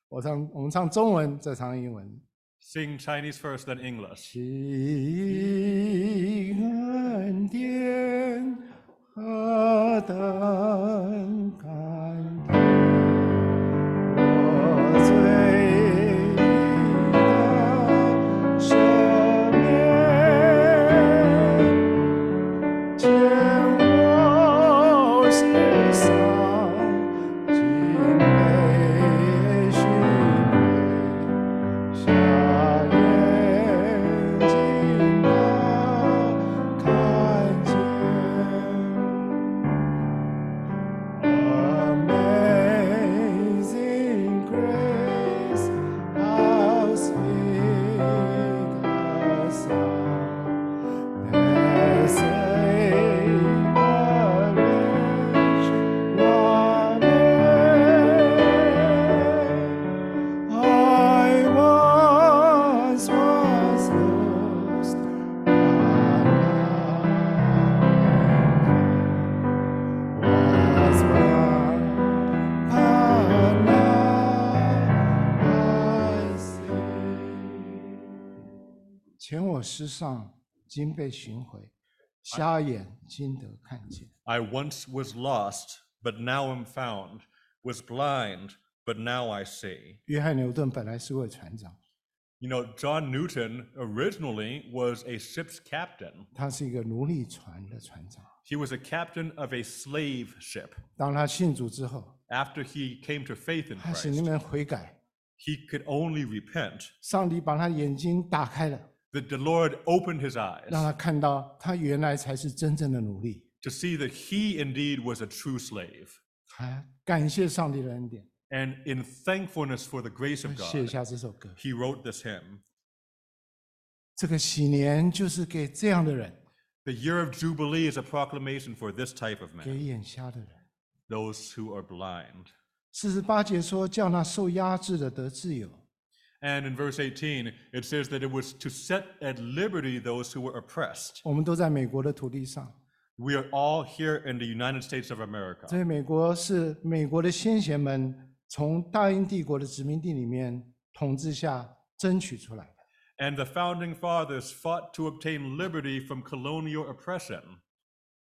S1: 我唱，我们唱中文，再唱英文。
S2: Sing Chinese first, then English.
S1: 请恩典何等甘甜，我最大赦免，见我世上尽美虚伪。下眼睛啊，看见Amazing Grace，how sweet the sound that saved a wretch like me. I was was lost, but now was blind, but now I see. 前我失丧，今被寻回；瞎眼，今得看见。
S2: I once was lost, but now am found, was blind, but now I see.
S1: 约翰牛顿本来是位船长，
S2: You know, John Newton originally was a ship's captain.
S1: 他是一个奴隶船的船长。
S2: He was a captain of a slave ship.
S1: 当他信主之后，
S2: After he came to faith in
S1: 他心里
S2: Christ,
S1: 面悔改，
S2: he could only repent.
S1: 上帝把他眼睛打开了，
S2: The, the Lord opened his eyes
S1: 让他看到他原来才是真正的奴隶。
S2: to see that he indeed was a true slave.
S1: 他感谢上帝的恩典，
S2: And in thankfulness for the grace
S1: 他
S2: of
S1: 写
S2: God,
S1: 下这首歌。
S2: he wrote this hymn.
S1: 这个喜年就是给这样的人，
S2: The year of Jubilee is a proclamation for this type of
S1: 给
S2: man,
S1: 眼瞎的人。
S2: those who are blind.
S1: 四十八节说，叫那受压制的得自由。
S2: And in verse 18, it says that it was to set at liberty those who were oppressed.
S1: 我们都在美国的土地上，
S2: We are all here in the United States of America.
S1: 在美国是美国的先贤们从大英帝国的殖民地里面统治下争取出来的。
S2: And the founding fathers fought to obtain liberty from colonial oppression.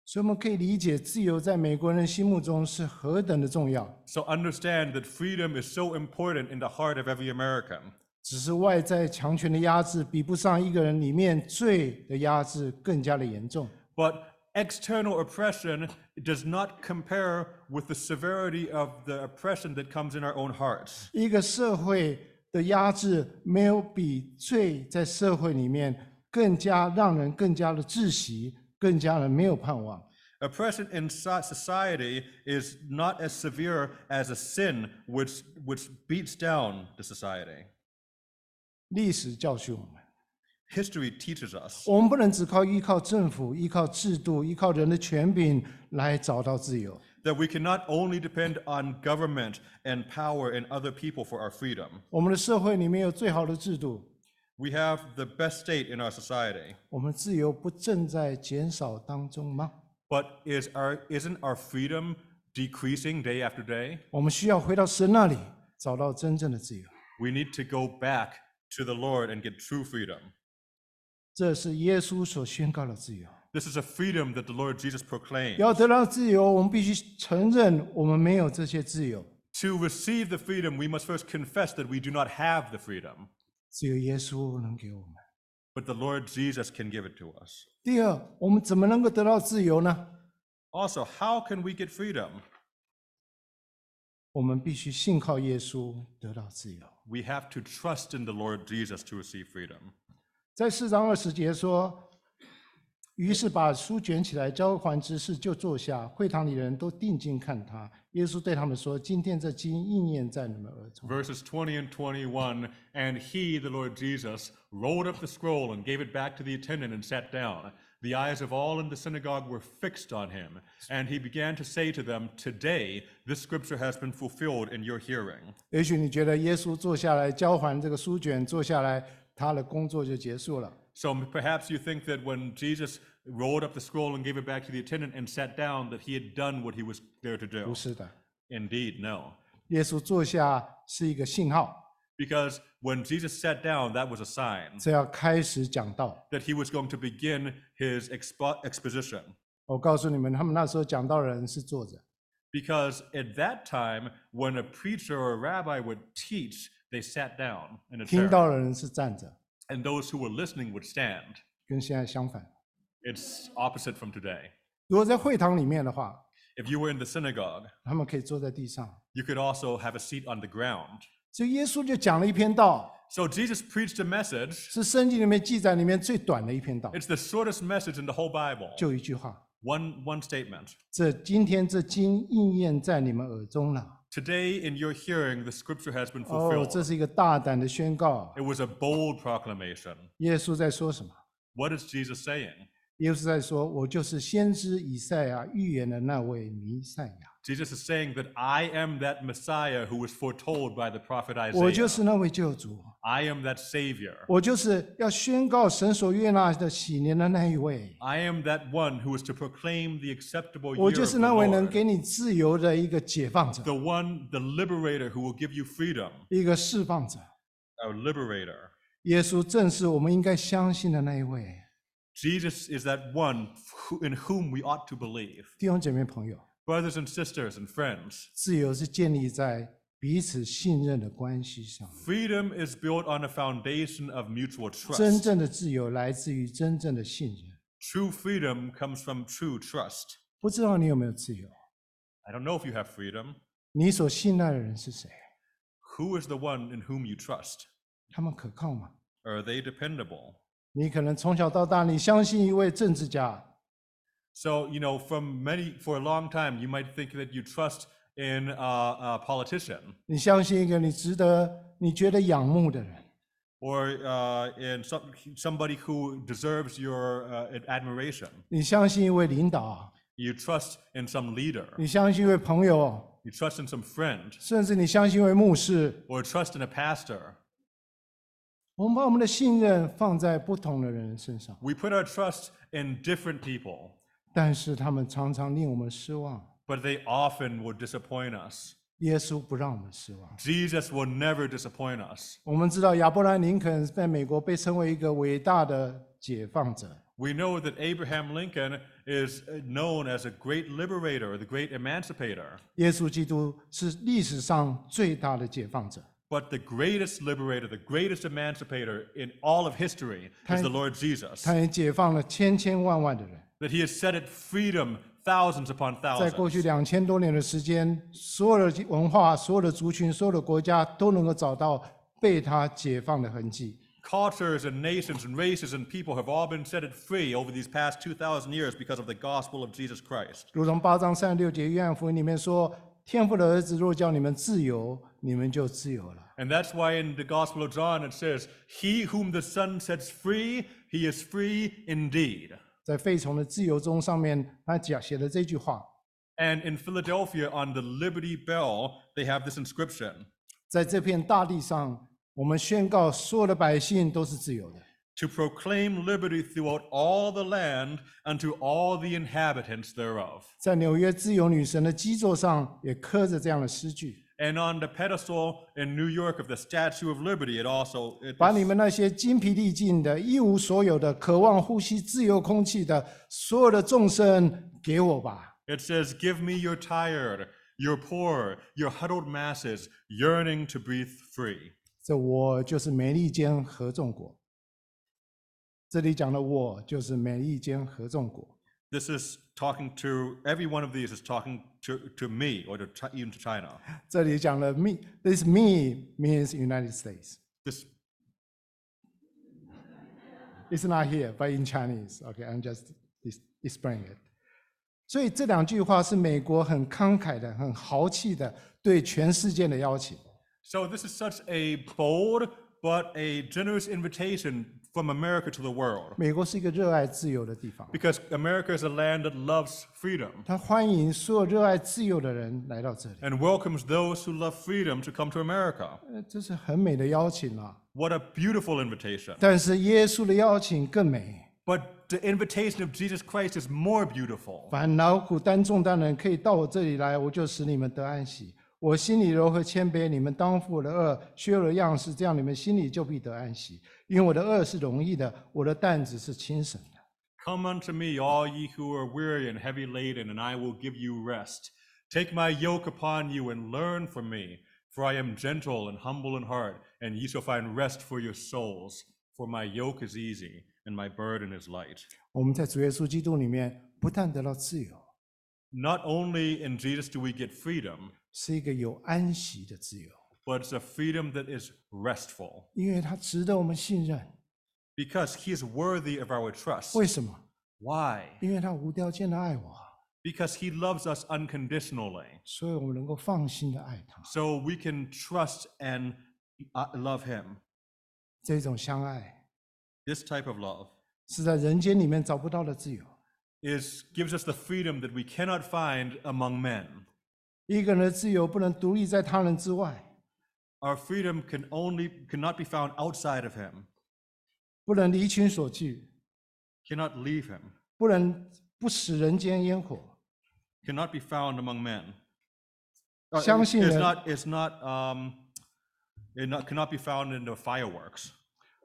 S1: 所以我们可以理解，自由在美国人心目中是何等的重要。
S2: So understand that freedom is so important in the heart of every American.
S1: 只是外在强权的压制比不上一个人里面罪的压制更加的严重。
S2: But external oppression does not compare with the severity of the oppression that comes in our own hearts.
S1: 一个社会的压制没有比罪在社会里面更加让人更加的窒息，更加的没有盼望。
S2: Oppression in so- society is not as severe as a sin which, which beats down the society.
S1: 历史教训我们，
S2: History teaches us
S1: 我们不能只靠依靠政府、依靠制度、依靠人的权柄来找到自由。
S2: that we can not only depend on government and power and other people for our freedom.
S1: 我们的社会里面有最好的制度，
S2: We have the best state in our society,
S1: 我们自由不正在减少当中吗？
S2: but is our, isn't our freedom decreasing day after day?
S1: 我们需要回到神那里，找到真正的自由。
S2: We need to go back to the Lord and get true freedom.
S1: 这是耶稣所宣告的自由。
S2: This is a freedom that the Lord Jesus proclaimed.
S1: 要得到自由，我们必须承认我们没有这些自由，
S2: To receive the freedom, we must first confess that we do not have the freedom,
S1: 只有耶稣能给我们。
S2: but the Lord Jesus can give it to us.
S1: 第二，我们怎么能够得到自由呢？
S2: Also, how can we get freedom?
S1: 我们必须信靠耶稣得到自由。
S2: We have to trust in the Lord Jesus to receive freedom.
S1: 在四章二十节说：“于是把书卷起来，交还执事，就坐下。会堂里的人都定睛看他。耶稣对他们说：今天这经应验在你们耳中。”
S2: Verses 20 and 21 And he, the Lord Jesus, rolled up the scroll and gave it back to the attendant and sat down. The eyes of all in the synagogue were fixed on him, and he began to say to them, Today this scripture has been fulfilled in your hearing.
S1: 也许你觉得耶稣坐下来交还这个书卷，坐下来，他的工作就结束了。
S2: So m- perhaps you think that when Jesus rolled up the scroll and gave it back to the attendant and sat down, that he had done what he was there to do.
S1: 不是的，
S2: Indeed, no.
S1: 耶稣坐下是一个信号，
S2: Because when Jesus sat down, that was a sign
S1: 这要开始讲道。
S2: that he was going to begin his expo- exposition.
S1: 我告诉你们，他们那时候讲道的人是坐着，
S2: Because at that time, when a preacher or a rabbi would teach, they sat down in a
S1: 听
S2: chair,
S1: 到的人是站着，
S2: and those who were listening would stand.
S1: 跟现在相反。
S2: It's opposite from today.
S1: 如果在会堂里面的话，
S2: If you were in the synagogue,
S1: 他们可以坐在地上。
S2: you could also have a seat on the ground.
S1: 所以耶稣就讲了一篇道，
S2: So Jesus preached a message.
S1: 是圣经里面记载里面最短的一篇道，
S2: It's the shortest message in the whole Bible.
S1: 就一句话：
S2: One one statement.
S1: 这今天这经应验在你们耳中了。
S2: Today in your hearing, the scripture has been
S1: 哦，
S2: fulfilled.
S1: 这是一个大胆的宣告啊
S2: It！was a bold proclamation.
S1: 耶稣在说什么？
S2: What is Jesus saying?
S1: 耶稣在说：“我就是先知以赛亚预言的那位弥赛亚，
S2: Jesus is saying that I am that Messiah who was foretold by the prophet
S1: 我
S2: Isaiah.
S1: 就是那位救主，
S2: I am that Savior.
S1: 我就是要宣告神所悦纳的喜年的那一位。”
S2: I am that one who is to proclaim the acceptable
S1: 我
S2: year
S1: 就
S2: of
S1: 是
S2: the
S1: 那位能
S2: Lord.
S1: 给你自由的一个解放者，
S2: Oh, The one, the liberator who will give you freedom,
S1: 一个释放者。
S2: our liberator.
S1: 耶稣正是我们应该相信的那一位。
S2: Jesus is that one who- in whom we ought to believe.
S1: 弟兄姐妹朋友，
S2: Brothers and sisters and friends,
S1: 自由是建立在彼此信任的关系上。
S2: freedom is built on a foundation of mutual
S1: 真
S2: trust.
S1: 正的自由来自于真正的信任。
S2: True freedom comes from true trust.
S1: 不知道你有没有自由？
S2: I don't know if you have freedom.
S1: 你所信赖的人是谁？
S2: Who is the one in whom you trust?
S1: 他们可靠吗？
S2: Are they dependable?
S1: 你可能从小到大，你相信一位政治家，
S2: So, you know, from many, for a long time, you might think that you trust in a, a politician
S1: 你相信一个你值得、你觉得仰慕的人，
S2: or uh, in some, somebody who deserves your uh, admiration.
S1: 你相信一位领导，
S2: You trust in some leader.
S1: 你相信一位朋友，
S2: You trust in some friend
S1: 甚至你相信为牧师，
S2: or trust in a pastor.
S1: 我们把我们的信任放在不同的人身上，
S2: We put our trust in different people,
S1: 但是他们常常令我们失望。
S2: but they often will disappoint us.
S1: 耶稣不让我们失望。
S2: Jesus will never disappoint us.
S1: 我们知道亚伯兰·林肯在美国被称为一个伟大的解放者，
S2: We know that Abraham Lincoln is uh, known as a great liberator, the great emancipator.
S1: 耶稣基督是历史上最大的解放者。
S2: But the greatest liberator, the greatest emancipator in all of history is the Lord Jesus.
S1: 他也解放了千千万万的人，
S2: That he has set at freedom thousands upon
S1: 在过
S2: thousands.
S1: 去两千多年的时间，所有的文化、所有的族群、所有的国家都能够找到被他解放的痕迹。
S2: Cultures and nations and races and people have all been set at free over these past 2,000 years because of the gospel of Jesus Christ.
S1: 如同八章三十六节约翰福音里面说：“天父的儿子若叫你们自由，你们就自由了。
S2: And that's why in the Gospel of John it says, He whom the Son sets free, he is free indeed. ”
S1: 在费城的自由钟上面，他讲写的这句话，
S2: And in Philadelphia on the Liberty Bell, they have this inscription
S1: 在这片大地上，我们宣告所有的百姓都是自由的。
S2: to proclaim liberty throughout all the land unto all the inhabitants thereof.
S1: 在纽约自由女神的基座上，也刻着这样的诗句
S2: And on the pedestal in New York of the Statue of Liberty, it also it：“
S1: 把你们那些精疲力尽的、一无所有的、渴望呼吸自由空气的所有的众生给我吧。
S2: It says, Give me your tired, your poor, your huddled masses, yearning to breathe free. ”
S1: 这我就是美利坚合众国。这里讲的我就是美利坚合众国。
S2: This is talking to every one of these is talking to, to me or to Chi- even to China.
S1: 这里讲了 me, this me means United States.
S2: This
S1: It's not here, but in Chinese. Okay, I'm just ex- explaining it. 所以这两句话是美国很慷慨的、很豪气的对全世界的邀请。
S2: so this is such a bold but a generous invitation from America to the world.
S1: 美国是一个热爱自由的地方，
S2: Because America is a land that loves freedom
S1: 它欢迎所有热爱自由的人来到这里，
S2: and welcomes those who love freedom to come to America.
S1: 呃，这是很美的邀请啊。
S2: What a beautiful invitation.
S1: 但是耶稣的邀请更美，
S2: But the invitation of Jesus Christ is more beautiful.
S1: 凡劳苦担重担的人，可以到我这里来，我就使你们得安息。我心里柔和谦卑，你们当负我的恶，削弱的样式，这样你们心里就必得安息。因为我的恶是容易的，我的担子是轻省的。
S2: Come unto me, all ye who are weary and heavy laden, and I will give you rest. Take my yoke upon you and learn from me, for I am gentle and humble in heart, and ye shall find rest for your souls. For my yoke is easy and my burden is light.
S1: 我们在主耶稣基督里面，不但得到自由，
S2: Not only in Jesus do we get freedom,
S1: 是一个有安息的自由，
S2: but it's a freedom that is restful
S1: 因为他值得我们信任。
S2: because he is worthy of our trust.
S1: 为什么？
S2: Why?
S1: 因为他无条件的爱我，啊
S2: Because he loves us unconditionally.
S1: 所以我们能够放心的爱他。
S2: So we can trust and uh, love him.
S1: 这种相爱
S2: This type of love
S1: 是在人间里面找不到的自由。
S2: is gives us the freedom that we cannot find among men.
S1: 一个人的自由不能独立在他人之外，
S2: Our freedom can only cannot be found outside of him.
S1: 不能离群索居，
S2: Cannot leave him.
S1: 不能不食人间烟火。
S2: Cannot be found among men. Uh, is
S1: 相信人-
S2: not is not um it not, cannot be found in the fireworks.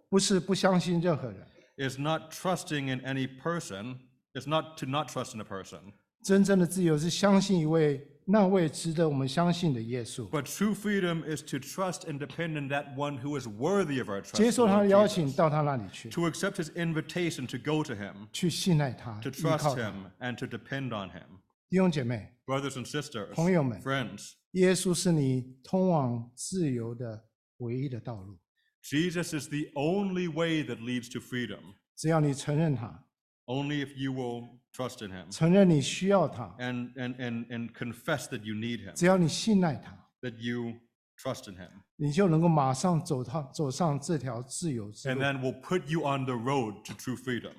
S1: 不是不相信任何人，
S2: Is not trusting in any person. It's not to not trust in a person.
S1: 真正的自由是相信一位那位值得我们相信的耶稣，
S2: But true freedom is to trust and depend on that one who is worthy of our
S1: 接
S2: trust, the
S1: 受他的
S2: Lord
S1: 邀
S2: Jesus,
S1: 请到他那里去，
S2: to accept his invitation to go to him,
S1: 去信赖他，
S2: to
S1: 依靠他。
S2: trust him, and to depend on him.
S1: 弟兄姐妹，
S2: Brothers and sisters,
S1: 朋友们。
S2: friends,
S1: 耶稣是你通往自由的唯一的道路，
S2: Jesus is the only way that leads to freedom,
S1: 只要你承认他，
S2: only if you will trust in him
S1: 承认你需要他，
S2: and, and, and, and confess that you need him,
S1: 只要你信赖他，
S2: that you trust in him.
S1: 你就能够马上走到走上这条自由之
S2: And
S1: 路。
S2: then will put you on the road to true freedom.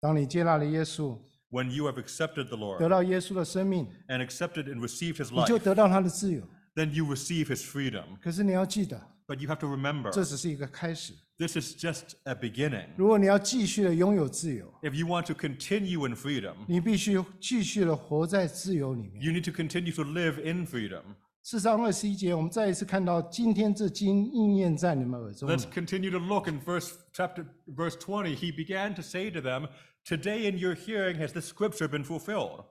S1: 当你接纳了耶稣，
S2: When you have accepted
S1: 得
S2: the Lord
S1: 到耶稣的生命，
S2: and accepted and received his
S1: 你
S2: life,
S1: 就得到他的自由。
S2: then you receive his freedom.
S1: 可是你要记得，
S2: But you have to remember,
S1: 这只是一个开始。
S2: this is just a beginning.
S1: 如果你要继续的拥有自由，
S2: If you want to continue in freedom,
S1: 你必须继续的活在自由里面。
S2: you need to continue to live in freedom.
S1: 四章二十一节，我们再一次看到今天这经应验在你们耳中。
S2: Let's continue to look in verse chapter verse 20. He began to say to them, "Today in your hearing has this scripture been fulfilled."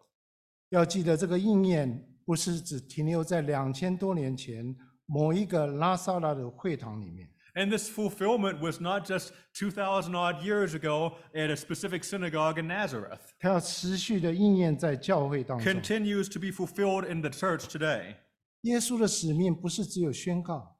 S1: 要记得，这个应验不是只停留在两千多年前某一个拉萨拉的会堂里面，
S2: And this fulfillment was not just 2000 odd years ago at a specific synagogue in Nazareth.
S1: 它要持续的应验在教会当中。
S2: Continues to be fulfilled in the church today.
S1: 耶稣的使命不是只有宣告，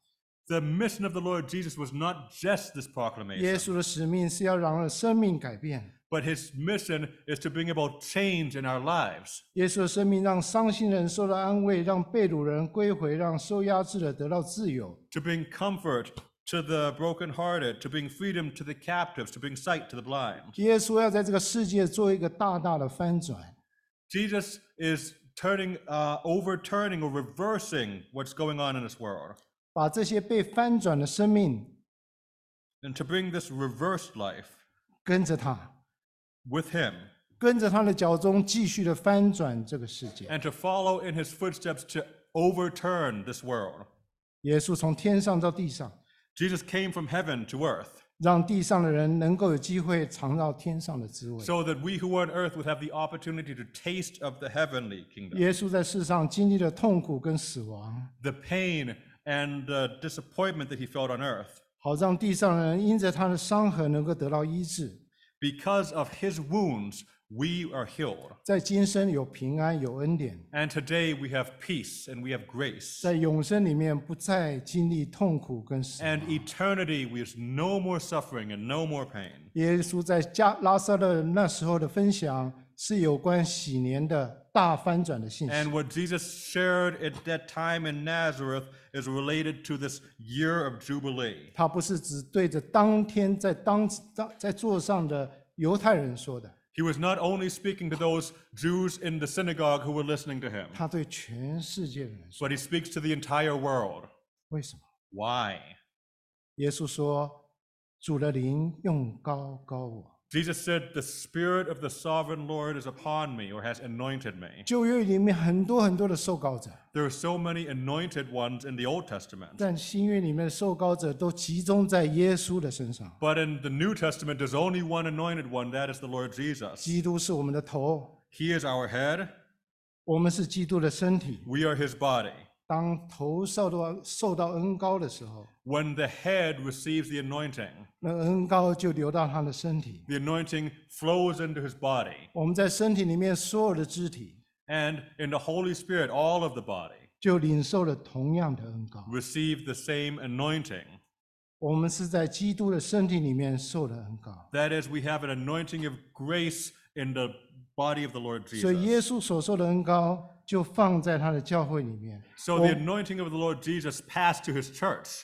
S2: The mission of the Lord Jesus was not just this proclamation.
S1: 耶稣的使命是要让人生命改变。
S2: But his mission is to bring about change in our lives.
S1: 耶稣的生命让伤心人受到安慰，让被掳人归回，让受压制的得到自由。
S2: to bring comfort to the brokenhearted, to bring freedom to the captives, to bring sight to the blind.
S1: 耶稣要在这个世界做一个大大的翻转，
S2: Jesus is turning, uh, overturning or reversing what's going on in this world,
S1: 把这些被翻转的生命
S2: and to bring this reversed life
S1: 跟着他，
S2: with Him,
S1: 跟着他的脚中继续的翻转这个世界。
S2: and to follow in His footsteps to overturn this world.
S1: 耶稣从天上到地上，
S2: Jesus came from heaven to earth
S1: 让地上的人能够有机会尝到天上的滋味。
S2: so that we who are on earth would have the opportunity to taste of the heavenly kingdom.
S1: 耶稣在世上经历了痛苦跟死亡，
S2: The pain and the disappointment that He felt on earth.
S1: 好让地上的人因着他的伤痕能够得到医治，
S2: Because of his wounds, we are healed.
S1: 在今生有平安有恩典。
S2: And today we have peace and we have grace.
S1: 在永生里面不再经历痛苦跟死。
S2: And eternity with no more suffering and no more pain.
S1: 耶稣在加拉撒勒那时候的分享，是有关喜年的大翻转的信息。
S2: And what Jesus shared at that time in Nazareth is related to this year of Jubilee.
S1: 他不是只对着当天在当当在座上的犹太人说的，
S2: He was not only speaking to those Jews in the synagogue who were listening to him,
S1: 他对全世界的人说。
S2: but he speaks to the entire world.
S1: 为什么？
S2: Why?
S1: 耶稣说：“主的灵用高高我。
S2: Jesus said, The Spirit of the sovereign Lord is upon me or has anointed me. ”
S1: 旧约里面很多很多的受膏者，
S2: There are so many anointed ones in the Old Testament,
S1: 但新约里面的受膏者都集中在耶稣的身上。
S2: but in the New Testament, there's only one anointed one, that is the Lord Jesus.
S1: 基督是我们的头，
S2: He is our head,
S1: 我们是基督的身体。
S2: we are his body.
S1: 当头受到受到恩高的时候，
S2: When the head receives the anointing,
S1: 那恩高就流到他的身体。
S2: the anointing flows into his body,
S1: 我们在身体里面所有的肢体，
S2: and in the Holy Spirit, all of the body
S1: 就领受了同样的恩高。
S2: receive the same anointing.
S1: 我们是在基督的身体里面受了恩高，
S2: That is, we have an anointing of grace in the body of the Lord
S1: 所以
S2: Jesus.
S1: 耶稣所受的恩高就放在他的教会里面。
S2: So the anointing of the Lord Jesus passed to his church.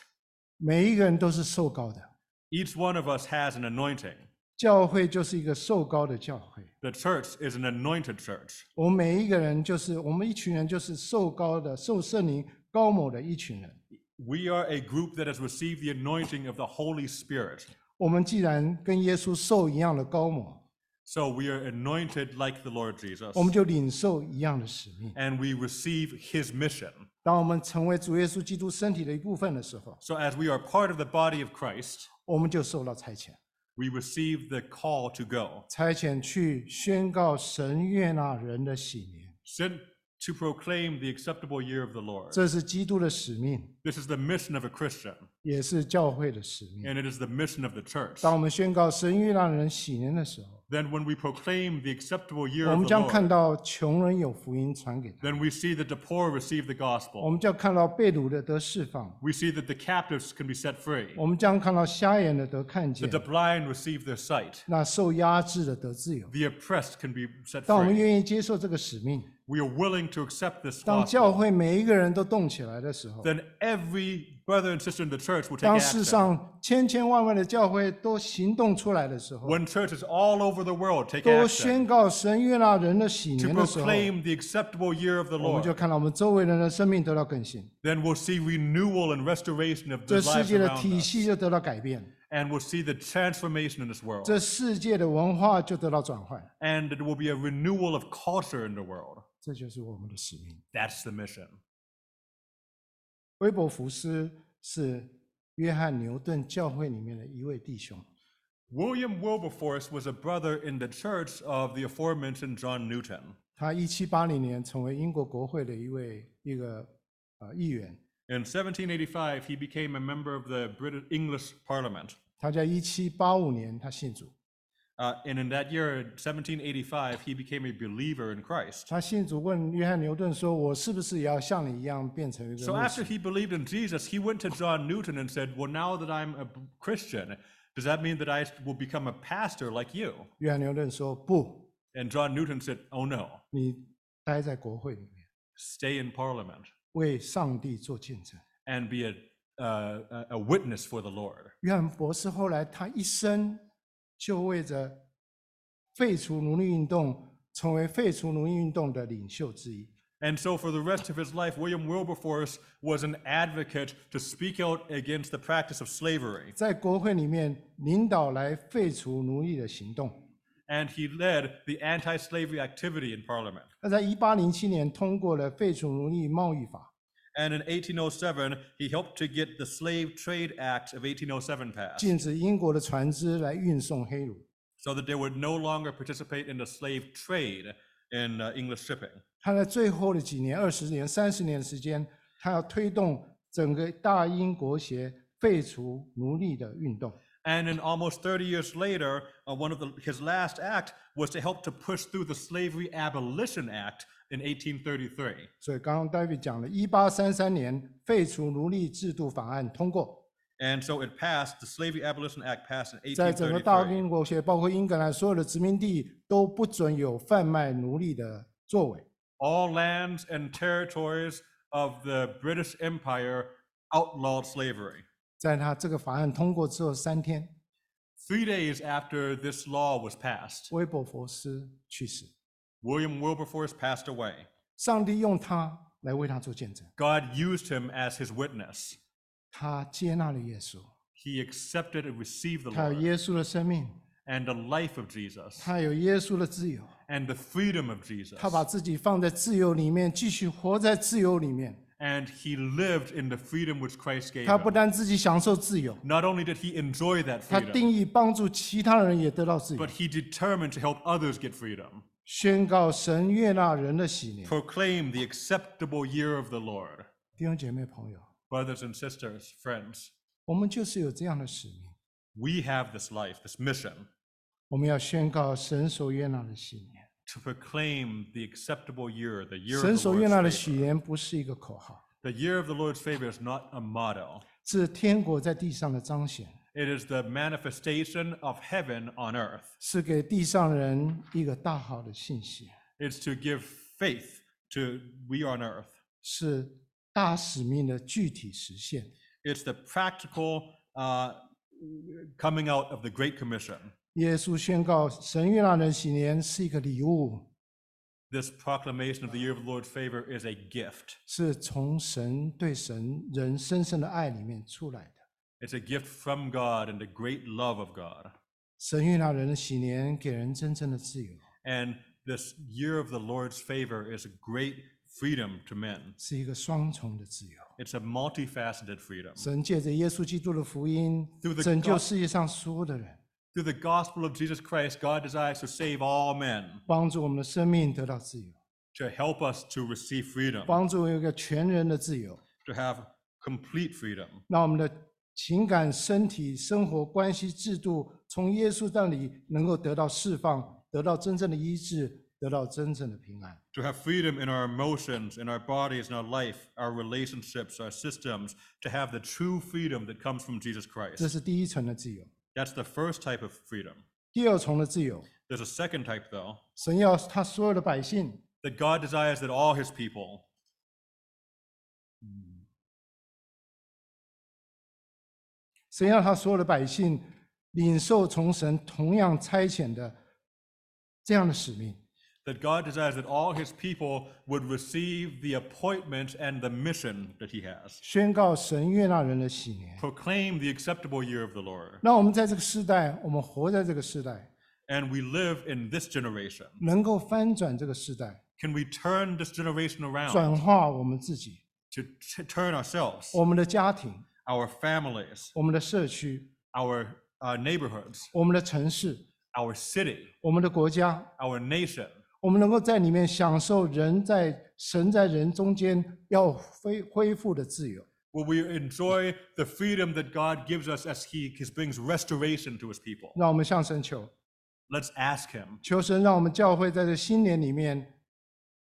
S1: 每一个人都是受高的，
S2: Each one of us has an anointing.
S1: 教会就是一个受高的教会。
S2: The church is an anointed church.
S1: 我们每一个人就是我们一群人，就是受高的、受圣灵高某的一群人。
S2: We are a group that has received the anointing of the Holy Spirit.
S1: 我们既然跟耶稣受一样的高某，
S2: So we are anointed like the Lord Jesus.
S1: 我们就领受一样的使命。
S2: and we receive his mission.
S1: 当我们成为主耶稣基督身体的一部分的时候，
S2: So, as we are part of the body of Christ,
S1: 我们就受到差遣，
S2: we receive the call to go,
S1: 差遣去宣告神悦纳人的喜年，
S2: sent to proclaim the acceptable year of the Lord.
S1: 这是基督的使命，
S2: This is the mission of a Christian,
S1: 也是教会的使命。
S2: and it is the mission of the church.
S1: 当我们宣告神悦纳人喜年的时候，
S2: Then, when we proclaim the acceptable year
S1: 我
S2: of
S1: 们
S2: the
S1: 将看
S2: Lord,
S1: 到穷人有福音传给他，
S2: then we see that the poor receive the
S1: 我
S2: gospel.
S1: 们将看到被掳的得释放，
S2: We see that the captives can be set free,
S1: 我们将看到瞎眼的得看见
S2: that，the blind receive their sight,
S1: 那受压制的得自由。
S2: the oppressed can be set
S1: 当我们
S2: free.
S1: 愿意接受这个使命，
S2: We are willing to accept this
S1: 当教
S2: gospel.
S1: 会每一个人都动起来的时候，
S2: Then every brother and sister in the church will take
S1: 当世
S2: action.
S1: 上千千万万的教会都行动出来的时候，
S2: When churches all over the world take
S1: 都
S2: action
S1: 宣告神悦纳人的喜
S2: to
S1: 年的时候，
S2: proclaim the acceptable year of the
S1: 我们就
S2: Lord,
S1: 看到我们周围人的生命得到更新，
S2: then we'll see renewal and restoration of
S1: 这
S2: the
S1: 世
S2: lives
S1: 界的
S2: around
S1: 体
S2: us.
S1: 系就得到改变，
S2: And we'll see the transformation in this world.
S1: 这世界的文化就得到转换，
S2: And it will be a renewal of culture in the world.
S1: 这就是我们的使命。
S2: That's the mission.
S1: 威伯福斯是约翰牛顿教会里面的一位弟兄，
S2: William Wilberforce was a brother in the church of the aforementioned John Newton.
S1: 他一七八零年成为英国国会的一位一个呃议员，
S2: In 1785, he became a member of the British English Parliament.
S1: 他在一七八五年他信主。
S2: Uh, and in that year, 1785, he became a believer in Christ.
S1: 他信主问约翰牛顿说：“我是不是也要像你一样变成一个
S2: So
S1: 牧
S2: after
S1: 师
S2: he believed in Jesus, he went to John Newton and said, Well, now that I'm a b- Christian, does that mean that I will become a pastor like you?？”
S1: 约翰牛顿说：“不，
S2: And John Newton said, Oh, no,
S1: 你待在国会里面，
S2: stay in Parliament
S1: 为上帝做见证。
S2: and be a, uh, a- a witness for the Lord. ”
S1: 约翰博士后来他一生就为着废除奴隶运动，成为废除奴隶运动的领袖之一。
S2: And so for the rest of his life, William Wilberforce was an advocate to speak out against the practice of slavery.
S1: 在国会里面领导来废除奴隶的行动。
S2: And he led the anti slavery activity in Parliament.
S1: 那在一八零七年通过了废除奴隶贸易法，
S2: And in 1807, he helped to get the Slave Trade Act of 1807 passed.
S1: 禁止英国的船只来运送黑奴。
S2: so that they would no longer participate in the slave trade in uh, English shipping.
S1: 他在最后的几年、二十年、三十年的时间，他要推动整个大英国协废除奴隶的运动。
S2: And in almost 30 years later, uh, one of the, his last act was to help to push through the Slavery Abolition Act in 1833.
S1: 所以刚刚 David 讲了，一八三三年废除奴隶制度法案通过，
S2: And so it passed, the Slavery Abolition Act passed in 1833.
S1: 在整个大英国学，包括英格兰所有的殖民地都不准有贩卖奴隶的作为，
S2: all lands and territories of the British Empire outlawed slavery.
S1: 在他这个法案通过之后三天，
S2: Three days after this law was passed,
S1: 威伯佛斯去世，
S2: William Wilberforce passed away.
S1: 上帝用他来为他做见证，
S2: God used him as his witness.
S1: 他接纳了耶稣，
S2: He accepted and received the
S1: 他有
S2: Lord
S1: 耶稣的生命，
S2: and the life of Jesus
S1: 他有耶稣的自由，
S2: and the freedom of Jesus.
S1: 他把自己放在自由里面，继续活在自由里面。
S2: And he lived in the freedom which Christ gave
S1: 他不
S2: him.
S1: 但自己享受自由，
S2: Not only did he enjoy that
S1: 他定
S2: freedom,
S1: 义帮助其他人也得到自由
S2: but，he determined to help others get freedom.
S1: 宣告神悦纳人的喜年。
S2: Proclaim the acceptable year of the Lord.
S1: 弟兄姐妹朋友，
S2: brothers and sisters, friends,
S1: 我们就是有这样的使命，
S2: we have this life, this mission,
S1: 我们要宣告神所悦纳的喜年。
S2: to proclaim the acceptable year, the year
S1: 神
S2: of the
S1: 所悦纳的
S2: Lord's
S1: 喜
S2: favor.
S1: 年不是一个口号，
S2: The year of the Lord's favor is not a motto.
S1: 是天国在地上的彰显，
S2: It is the manifestation of heaven on earth.
S1: 是给地上人一个大好的信息，
S2: It's to give faith to we on earth.
S1: 是大使命的具体实现。
S2: It's the practical uh, coming out of the Great Commission.
S1: 耶稣宣告神悦纳人喜年是一个礼物，
S2: This proclamation of the year of the Lord's favor is a gift.
S1: 是从神对神人深深的爱里面出来的。
S2: It's a gift from God and the great love of God.
S1: 神悦纳人的喜年，给人真正的自由，
S2: And this year of the Lord's favor is a great freedom to men.
S1: 是一个双重的自由。
S2: It's a multifaceted freedom.
S1: 神借着耶稣基督的福音
S2: Through the，
S1: 拯救
S2: God-
S1: 世界上所有的人，
S2: Through the gospel of Jesus Christ, God desires to save all men,
S1: 帮助我们的生命得到自由，
S2: to help us to receive freedom,
S1: 帮助我们有一个全人的自由，
S2: to have complete freedom,
S1: 让我们的情感、身体、生活、关系、制度，从耶稣那里能够得到释放，得到真正的医治，得到真正的平安。
S2: to have freedom in our emotions, in our bodies, in our life, our relationships, our systems, to have the true freedom that comes from Jesus
S1: 这
S2: Christ.
S1: 是第一层的自由。
S2: That's the first type of freedom.
S1: 第二重的自由，
S2: There's a second type, though,
S1: 神要他所有的百姓
S2: that God desires that all his people
S1: 神要他所有的百姓领受从神同样差遣的这样的使命，
S2: that God desires that all his people would receive the appointment and the mission that he has.
S1: 宣告神悦纳人的喜年。
S2: Proclaim the acceptable year of the Lord.
S1: 让我们在这个世代，我们活在这个世代，
S2: And we live in this generation.
S1: 能够翻转这个世代，
S2: Can we turn this generation around
S1: 转化我们自己、
S2: to t- turn ourselves,
S1: 我们的家庭、
S2: our families,
S1: 我们的社区、
S2: our uh, neighborhoods,
S1: 我们的城市、
S2: our city,
S1: 我们的国家，
S2: our nation,
S1: 我们能够在里面享受人在神在人中间要恢恢复的自由，
S2: where we enjoy the freedom that God gives us as he he brings restoration to his people?
S1: 让我们向神求，
S2: Let's ask him.
S1: 求神让我们教会在这新年里面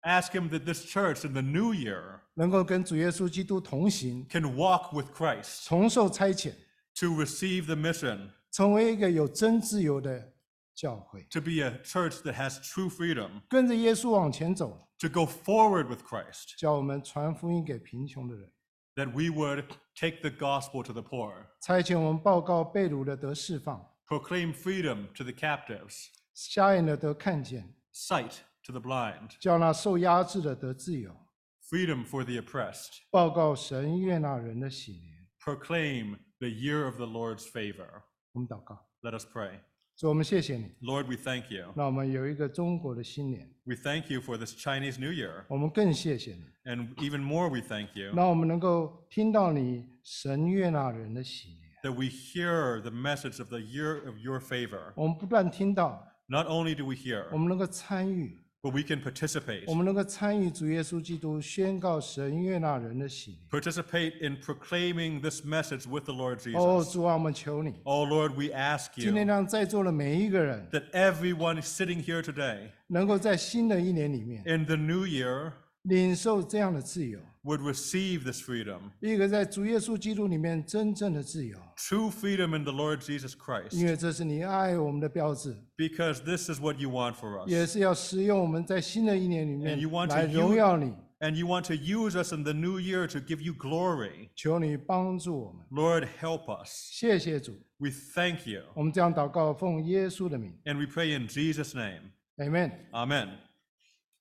S2: Ask him that this church in the new year
S1: 能够跟主耶稣基督同行，
S2: can walk with Christ.
S1: 重受差遣，
S2: to receive the mission,
S1: 成为一个有真自由的教会，
S2: to be a church that has true freedom,
S1: 跟着耶稣往前走，
S2: to go forward with Christ,
S1: 叫我们传福音给贫穷的人，
S2: that we would take the gospel to the poor,
S1: 差遣我们报告被掳的得释放，
S2: proclaim freedom to the captives,
S1: 瞎眼的得看见，
S2: sight to the blind,
S1: 叫那受压制的得自由，
S2: freedom for the oppressed,
S1: 报告神悦纳人的喜年。
S2: proclaim the year of the Lord's favor.
S1: 我们祷告，
S2: Let us pray.
S1: 主，我们谢谢你，
S2: Lord, we thank you.
S1: 让我们有一个中国的新年，
S2: We thank you for this Chinese New Year.
S1: 我们更谢谢你，
S2: And even more, we thank you
S1: 让我们能够听到你神悦纳人的喜年。
S2: that we hear the message of the year of your favor.
S1: 我们不断听到，
S2: Not only do we hear,
S1: 我们能够参与，
S2: but we can participate.
S1: 我们能够参与主耶稣基督宣告神悦纳人的喜年。
S2: participate in proclaiming this message with the Lord Jesus.
S1: 哦，
S2: Oh,
S1: 主啊，我们求你，
S2: Lord, we ask
S1: 今天
S2: you
S1: 让在座的每一个人，
S2: that everyone sitting here today
S1: 能够在新的一年里面，
S2: in the new year
S1: 领受这样的自由，
S2: would receive this freedom,
S1: 一个在主耶稣基督里面真正的自由，
S2: true freedom in the Lord Jesus Christ,
S1: 因为这是你爱我们的标志，
S2: because this is what you want for us.
S1: 也是要使用我们在新的一年里
S2: And you
S1: 面
S2: want to
S1: 来
S2: use-
S1: 荣耀你。
S2: And you want to use us in the new year to give you glory.
S1: 求你帮助我们，
S2: Lord, help us.
S1: 谢谢主，
S2: We thank you.
S1: 我们这样祷告，奉耶稣的名
S2: And we pray in Jesus' name.
S1: ，Amen。
S2: Amen.